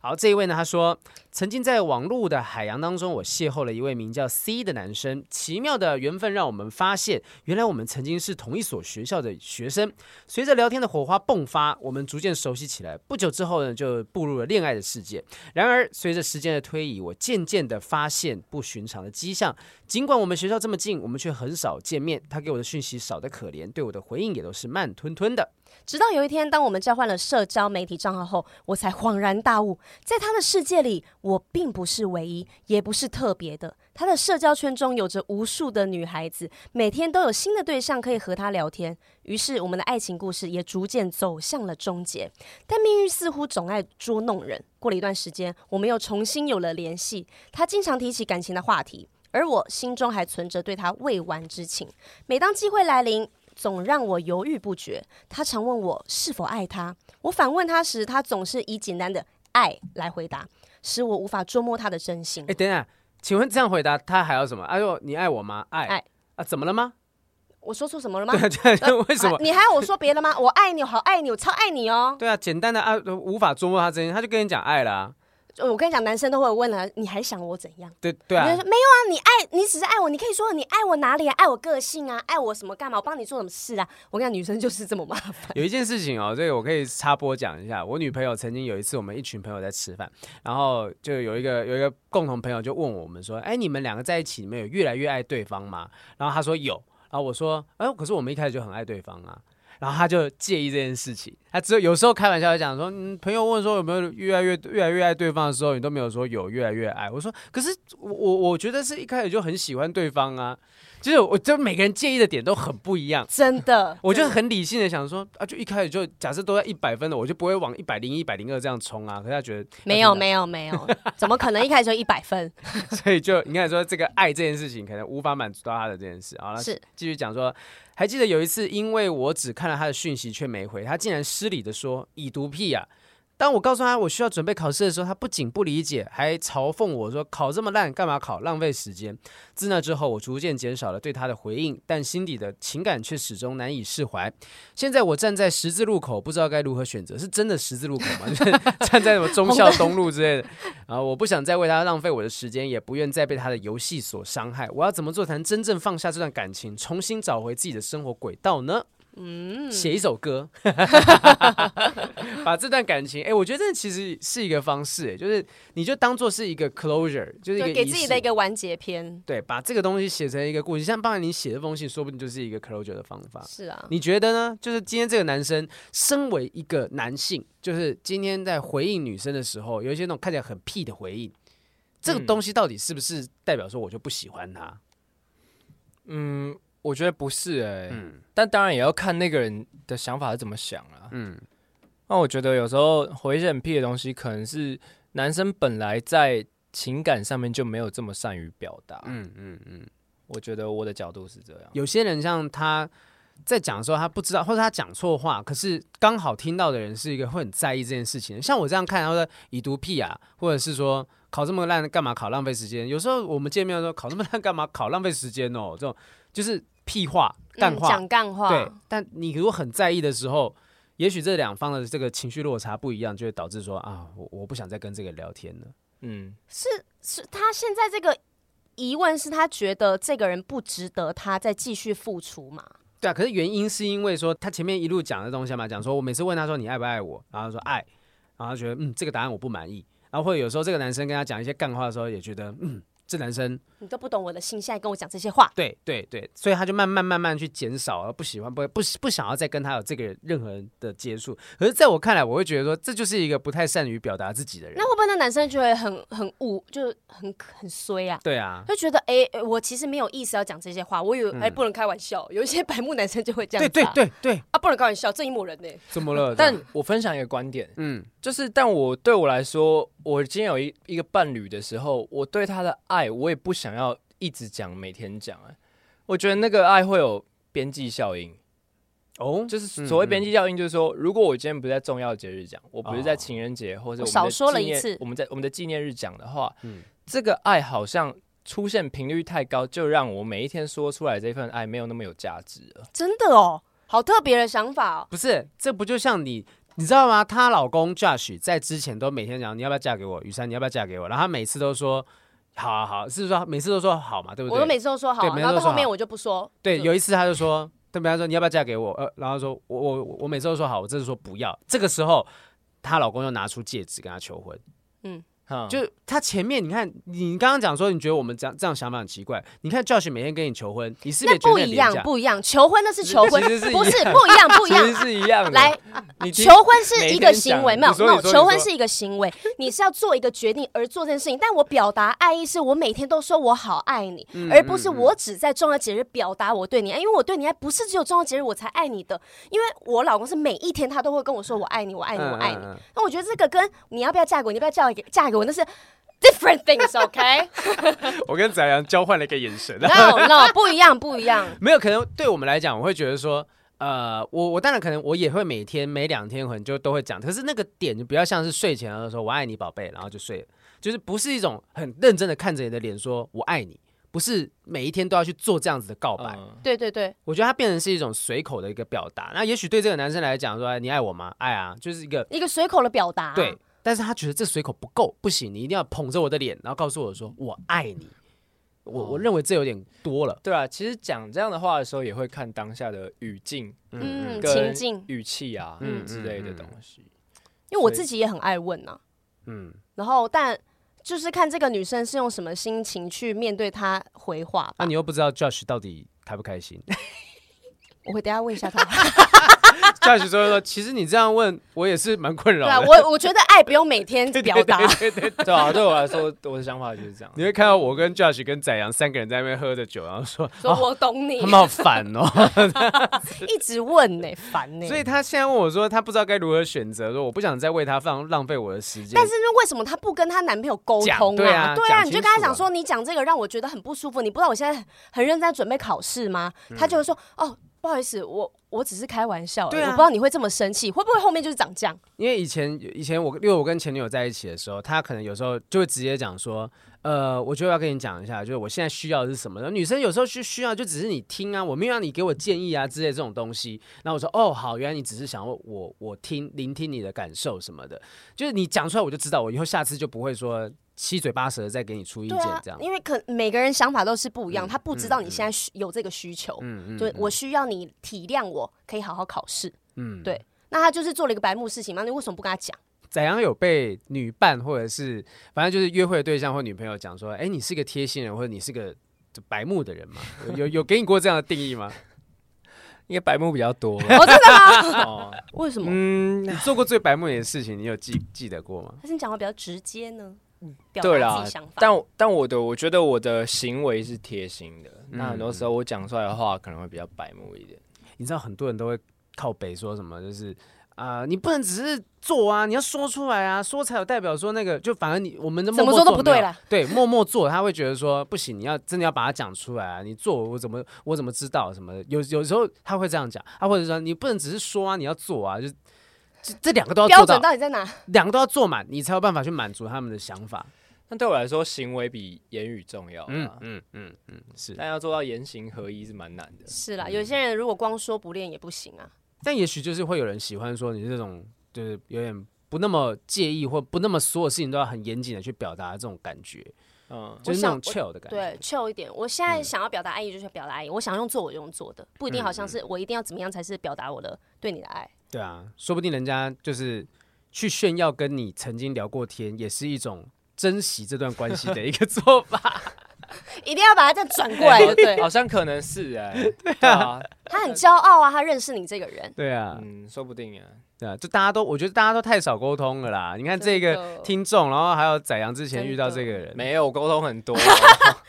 好，这一位呢，他说，曾经在网络的海洋当中，我邂逅了一位名叫 C 的男生，奇妙的缘分让我们发现，原来我们曾经是同一所学校的学生。随着聊天的火花迸发，我们逐渐熟悉起来。不久之后呢，就步入了恋爱的世界。然而，随着时间的推移，我渐渐的发现不寻常的迹象。尽管我们学校这么近，我们却很少见面。他给我的讯息少得可怜，对我的回应也都是慢吞吞的。
直到有一天，当我们交换了社交媒体账号后，我才恍然大悟，在他的世界里，我并不是唯一，也不是特别的。他的社交圈中有着无数的女孩子，每天都有新的对象可以和他聊天。于是，我们的爱情故事也逐渐走向了终结。但命运似乎总爱捉弄人。过了一段时间，我们又重新有了联系。他经常提起感情的话题，而我心中还存着对他未完之情。每当机会来临，总让我犹豫不决。他常问我是否爱他，我反问他时，他总是以简单的“爱”来回答，使我无法捉摸他的真心
哎，。等一下，请问这样回答他还要什么？哎、呦，你爱我吗？爱
爱
啊，怎么了 吗？
我说错什么了吗？
对啊，对啊， 为什么
啊？你还要我说别的吗？我 爱你，我好爱你，我超爱你哦！
对啊，简单的啊，无法捉摸他真心，他就跟你讲爱啦、
呃我跟你讲，男生都会问了，你还想我怎样？
对对
你就
啊
说，没有啊，你爱你只是爱我，你可以说你爱我哪里啊，爱我个性啊，爱我什么干嘛？我帮你做什么事啊？我跟你讲，女生就是这么麻烦。
有一件事情哦，这个我可以插播讲一下。我女朋友曾经有一次，我们一群朋友在吃饭，然后就有一个有一个共同朋友就问我们说：“哎，你们两个在一起，你们有越来越爱对方吗？”然后她说有，然后我说：“哎，可是我们一开始就很爱对方啊。”然后她就介意这件事情，她只有有时候开玩笑地讲说：“嗯，朋友问说有没有越来越越来越爱对方的时候，你都没有说有越来越爱。”我说：“可是我我我觉得是一开始就很喜欢对方啊。”就是我就每个人介意的点都很不一样。
真的，
我就
真的
很理性的想说啊，就一开始就假设都在一百分的，我就不会往一百零一、一百零二这样冲啊。可是他觉得
没有
有，
没有 没有，怎么可能一开始就一百分？
所以就你看说这个爱这件事情可能无法满足到他的这件事。好了，
是
继续讲说，还记得有一次，因为我只看了他的讯息却没回，他竟然失礼的说已读屁呀、当我告诉他我需要准备考试的时候，他不仅不理解，还嘲讽我说考这么烂干嘛考，浪费时间。自那之后，我逐渐减少了对他的回应，但心底的情感却始终难以释怀。现在我站在十字路口，不知道该如何选择，是真的十字路口吗？ 就是站在什么忠孝东路之类的。 啊，我不想再为他浪费我的时间，也不愿再被他的游戏所伤害。我要怎么做才能真正放下这段感情，重新找回自己的生活轨道呢？嗯，写一首歌， 把这段感情，哎、我觉得这其实是一个方式、哎，就是你就当做是一个 closure，就是一
就
个
给
仪
自己
式
的一个完结篇。
对，把这个东西写成一个故事，像帮你写这封信，说不定就是一个 closure 的方法。
是啊，
你觉得呢？就是今天这个男生，身为一个男性，就是今天在回应女生的时候，有一些那种看起来很屁的回应，这个
嗯
东西到底是不是代表说我就不喜欢他？
嗯，我觉得不是哎、
嗯
但当然也要看那个人的想法是怎么想啊。
嗯，
那我觉得有时候回一些很屁的东西，可能是男生本来在情感上面就没有这么善于表达。
嗯嗯嗯，
我觉得我的角度是这样。
有些人像他在讲的时候，他不知道，或者他讲错话，可是刚好听到的人是一个会很在意这件事情的。像我这样看，然后说已读屁啊，或者是说考这么烂干嘛考，浪费时间。有时候我们见面的时候，考这么烂干嘛考，浪费时间哦，这种就是屁话、干
嗯
话。
讲干话，
对，但你如果很在意的时候，也许这两方的这个情绪落差不一样，就会导致说啊，我我不想再跟这个聊天了。
嗯，
是他现在这个疑问是他觉得这个人不值得他再继续付出嘛？
对啊，可是原因是因为说他前面一路讲的东西嘛，讲说我每次问他说你爱不爱我，然后他说爱，然后他觉得嗯这个答案我不满意，然后或者有时候嗯这个男生跟他讲一些干话的时候，也觉得嗯这男生
你都不懂我的心，现在跟我讲这些话，
对对对，所以他就慢慢慢慢去减少，而不喜欢不不不想要再跟他有这个任何的接触。可是在我看来，我会觉得说这就是一个不太善于表达自己的人。
那会不会那男生就会很很误，就很很衰啊？
对啊，
就觉得哎、诶我其实没有意思要讲这些话，我以为哎、
嗯
不能开玩笑，有一些白目男生就会这样、
对
啊，
对对对，
啊，不能开玩笑，正义魔人呢、
怎么了？
但我分享一个观点，
嗯
就是，但我对我来说，我今天有一一个伴侣的时候，我对他的爱，我也不想要一直讲，每天讲。哎，我觉得那个爱会有边际效应，
哦，
就是所谓边际效应，就是说，如果我今天不是在重要节日讲，我不是
哦
在情人节或者我们
我
的
少说了
纪念
一次
我们在我们的纪念日讲的话，
嗯
这个爱好像出现频率太高，就让我每一天说出来这份爱没有那么有价值了。
真的哦，好特别的想法哦。
不是，这不就像你你知道吗？她老公 Josh 在之前都每天讲你要不要嫁给我，雨珊你要不要嫁给我，然后她每次都说好啊好，是不是说每次都说好嘛，对不
我都
对？
每次都说好
对
啊，
每次
然后
都
到
说
后面
好
我就不说。
对，
就
有一次她就说，对面她说你要不要嫁给我，呃，然后说我我我每次都说好，我这次说不要，这个时候她老公又拿出戒指跟她求婚。
哼
就他前面，你看，你刚刚讲说，你觉得我们这样这样想法很奇怪。你看 Josh 每天跟你求婚，你是不是也
那
觉得
不
很
一
廉
样
价，
不一样，求婚那是求婚，
其实是一
不是
样
不一样，不一
其实
样。
是一样的。
来，
你听
求婚是一个行为，
每天讲
没
你
有没
说
有，
你说
求婚
你说
是一个行为，你是要做一个决定而做这件事情。但我表达爱意是我每天都说我好爱你，
嗯
而不是我只在重要节日表达我对你哎爱，因为我对你爱不是只有重要节日我才爱你的，因为我老公是每一天他都会跟我说我爱你，我爱你，我爱你。
嗯嗯
那我觉得这个跟你要不要嫁给我，你要不要嫁给嫁给我，那是 different things，OK？
嗯我跟仔阳交换了一个眼神
no no 不一样不一样，
没有可能对我们来讲，我会觉得说，呃，我我当然可能我也会每天每两天可能就都会讲，可是那个点就比较像是睡前的时候，我爱你宝贝，然后就睡了，就是不是一种很认真的看着你的脸说我爱你，不是每一天都要去做这样子的告白。
嗯
对对对，
我觉得它变成是一种随口的一个表达。那也许对这个男生来讲说，哎你爱我吗？爱啊，就是一个
一个随口的表达，
对，，但是他觉得这随口不够，不行，你一定要捧着我的脸，然后告诉我说我爱你。我我认为这有点多了，
对啊，其实讲这样的话的时候，也会看当下的语境、
嗯，情
跟
境，
语气啊
嗯
之类的东西。
因为
所
我
以
自己也很爱问呐、
嗯，
然后但就是看这个女生是用什么心情去面对她回话
那、
吧。
你又不知道 Josh 到底开不开心。
我会等一下问一下 她。
Josh 说说，其实你这样问我也是蛮困扰
对啊，
的。
我我觉得爱不用每天表达，
对啊，对我来说，我的想法就是这样。
你会看到我跟 Josh 跟宰阳三个人在那边喝着酒，然后说
说我懂你
他，们好烦哦。
一直问呢、烦 呢、
所以他现在问我说，他不知道该如何选择，说我不想再为他放浪费我的时间。
但是为什么她不跟她男朋友沟
讲
通
对啊
对
讲
你就
清
跟她
楚啊
讲说，你讲这个让我觉得很不舒服，你不知道我现在很认真在准备考试吗？
嗯
她就会说，哦，不好意思，我我只是开玩笑而已、
对啊
我不知道你会这么生气，会不会后面就是长这样？
因为以前以前我因为我跟前女友在一起的时候，她可能有时候就会直接讲说，呃，我就要跟你讲一下，就是我现在需要的是什么。然后女生有时候需需要就只是你听啊，我没有让你给我建议啊之类这种东西。然后我说哦好，原来你只是想要我我听聆听你的感受什么的，就是你讲出来我就知道，我以后下次就不会说七嘴八舌地再给你出意见这样。
啊因为可每个人想法都是不一样，他不知道你现在需有这个需求，嗯就我需要你体谅我，可以好好考试，嗯，对。那他就是做了一个白目事情嘛，你为什么不跟他讲？
宰阳有被女伴或者是反正就是约会的对象或女朋友讲说，哎，你是个贴心人，或者你是个白目的人吗？有有有给你过这样的定义吗？
应该白目比较多吧。
哦，真的吗？
哦，
为什么？
嗯，
你做过最白目的事情，你有记记得过吗？
还是你讲话比较直接呢？表
对
达
啦
自己想法。
但但我的我觉得我的行为是贴心的，那很多
嗯
时候我讲出来的话可能会比较白目一点。
你知道很多人都会靠北说什么，就是啊、你不能只是做啊，你要说出来啊，说才有代表说那个，就反而你我们的默默
怎么说都不
做没有
对啦，
对，默默做，他会觉得说不行，你要真的要把它讲出来啊，你做我怎么我怎么知道什么的？有有时候他会这样讲啊，或者说你不能只是说啊，你要做啊，就这这两个都要
标
做
准
到，
到底在哪？
两个都要做满，你才有办法去满足他们的想法。
那对我来说，行为比言语重要
嗯
啊，
嗯嗯嗯，是。
但要做到言行合一是蛮难的。
是啦，有些人如果光说不练也不行啊。
但也许就是会有人喜欢说你这种就是有点不那么介意或不那么所有事情都要很严谨的去表达的这种感觉，
嗯，
就是那种
我想
chill 的感
对
觉。
，chill 一点。我现在想要表达爱意就是表达爱意，我想用做我就用做的，不一定好像是我一定要怎么样才是表达我的对你的爱。
对啊，说不定人家就是去炫耀跟你曾经聊过天，也是一种珍惜这段关系的 一个做法。
一定要把它这样转过 来，就对了。
好像可能是 哎，对啊，
他很骄傲啊，他认识你这个人。
对啊，
嗯，说不定啊。
对啊，就大家都我觉得大家都太少沟通了啦。你看这
真
个
的
听众，然后还有宰阳之前
真
遇到
的
这个人，
没有沟通 很多，啊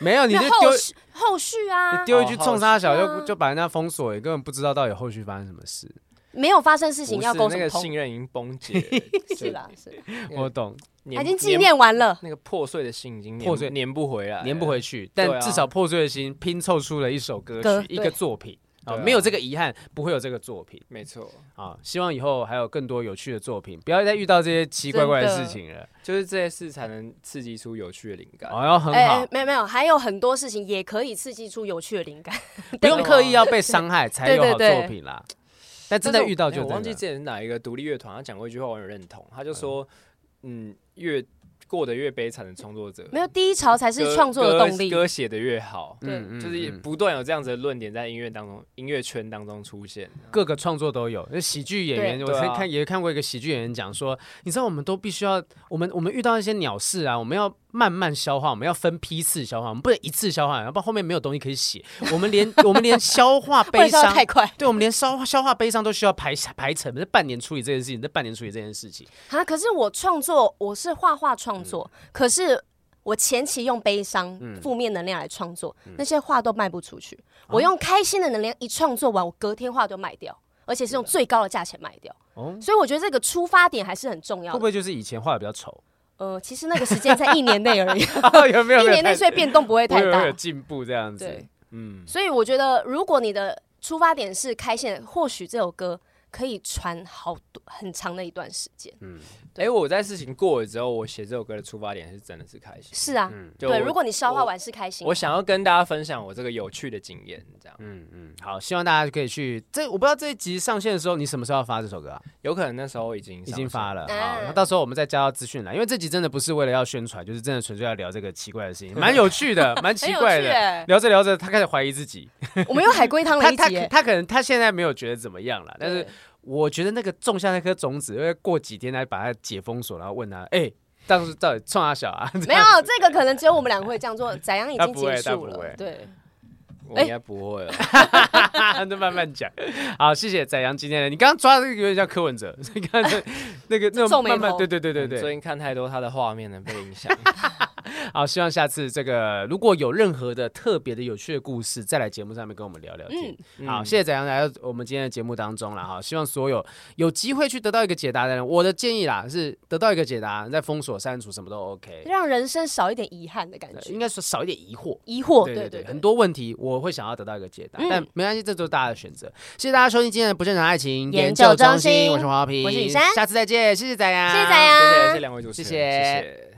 没有你就
那
丢
后续后续啊，
丢一句
哦好
冲杀小，
是
就
啊
就把人家封锁，也根本不知道到底后续发生什么事。
没有发生事情
不
要
是
沟
那
通
个
通
信，任已经崩解了，
是啦，是啦，
我懂，
黏，
已经纪
黏
念完了。
那个破碎的心已经
破碎
粘不回来，
粘不回。去，
对
但
啊
至少破碎的心拼凑出了一首歌曲，
歌
一个
对
作品。啊、
对啊
没有这个遗憾，不会有这个作品
没错，
啊！希望以后还有更多有趣的作品，不要再遇到这些奇奇怪怪的
真的
事情了。
就是这些事才能刺激出有趣的灵感。
哦，要很
哎
好，
哎，没有没有，还有很多事情也可以刺激出有趣的灵感。
不用刻意
对
要被伤害才
对
有好
对对
作品啦。但真的遇到
哎
就
我
对
忘记
了
之。前是哪一个独立乐团，他讲过一句话，我很认同，他就说，嗯，越过得越悲惨的创作者，
没有低潮才是
歌
创作的
歌
动力。
歌写的越好，
对
嗯嗯
就是
嗯
不断有这样子的论点在音乐当中、音乐圈当中出现。
各个创作都有，那喜剧演员，
对
我
对啊
曾看、也看过一个喜剧演员讲说，你知道我们都必须要，我们我们遇到一些鸟事啊，我们要慢慢消化，我们要分批次消化，我们不能一次消化，要不然后面没有东西可以写。我们连我们连消化悲
会烧
伤，
太快
对，我们连消消化悲伤都需要排排程，那半年处理这件事情，那半年处理这件事情，
啊！可是我创作，我是画画创作，可是我前期用悲伤、负面能量来创作，那些画都卖不出去。我用开心的能量一创作完，我隔天画就卖掉，而且是用最高的价钱卖掉。
哦
所以我觉得这个出发点还是很重要
会不
的。
会就是以前画的比较丑？
呃，其实那个时间在一年内而已，
有没有？
一年内所以
以
变动不会太
有没有
大。
进步这样子
对？，
嗯，
所以我觉得，如果你的出发点是开心的，或许这首歌可以传好多很长的一段时间。
嗯
哎、我在事情过了之后，我写这首歌的出发点是真的是开心。
是啊，
嗯
就
对，
我
如果你消化完是开心的，
我想要跟大家分享我这个有趣的经验，这样
嗯嗯，好，希望大家可以去这，我不知道这一集上线的时候，你什么时候要发这首歌啊？
有可能那时候已经
已经发
了。
了，好，
嗯
啊那到时候我们再加到资讯栏，因为这集真的不是为了要宣传，就是真的纯粹要聊这个奇怪的事情，蛮有趣的，蛮
很
奇
有趣
怪的。
耶。
聊着聊着，他开始怀疑自己，
我们用海龟汤了
他
一
他
集耶，
他可能他现在没有觉得怎么样了，但是
对
我觉得那个种下那颗种子，因为过几天来把它解封锁，然后问他，哎，当时到底冲他小啊？
没有这个可能只有我们两个会这样做。宰阳已
他
经
不会
结
他
束
不
了
会，
对，
我应该不会了。
就慢慢讲。好，谢谢宰阳今天的，你刚刚抓的这个有点像柯文哲，你看那那 个那
皱
种
眉
慢慢，
头
对对对对对，
最近看太多他的画面了，被影 响。
好，希望下次这个如果有任何的特别的有趣的故事，再来节目上面跟我们聊聊天。好，
嗯
谢谢宰阳来到我们今天的节目当中了哈。希望所有有机会去得到一个解答的人，我的建议啦是得到一个解答，再封锁、删除什么都 OK。
让人生少一点遗憾的感
呃
觉
应，该说少一点疑惑。
疑惑，
对
哦对
对，很
对，
多问题我会想要得到一个解答，
嗯
但没关系，这就是大家的选择。谢谢大家收听今天的不正常爱情
研
研
究
究
中
中心，
心
我是黄浩平，
我是雨珊
下次再见，谢谢宰阳，
谢谢宰阳
谢谢谢谢两位主持
谢
人，
谢
谢谢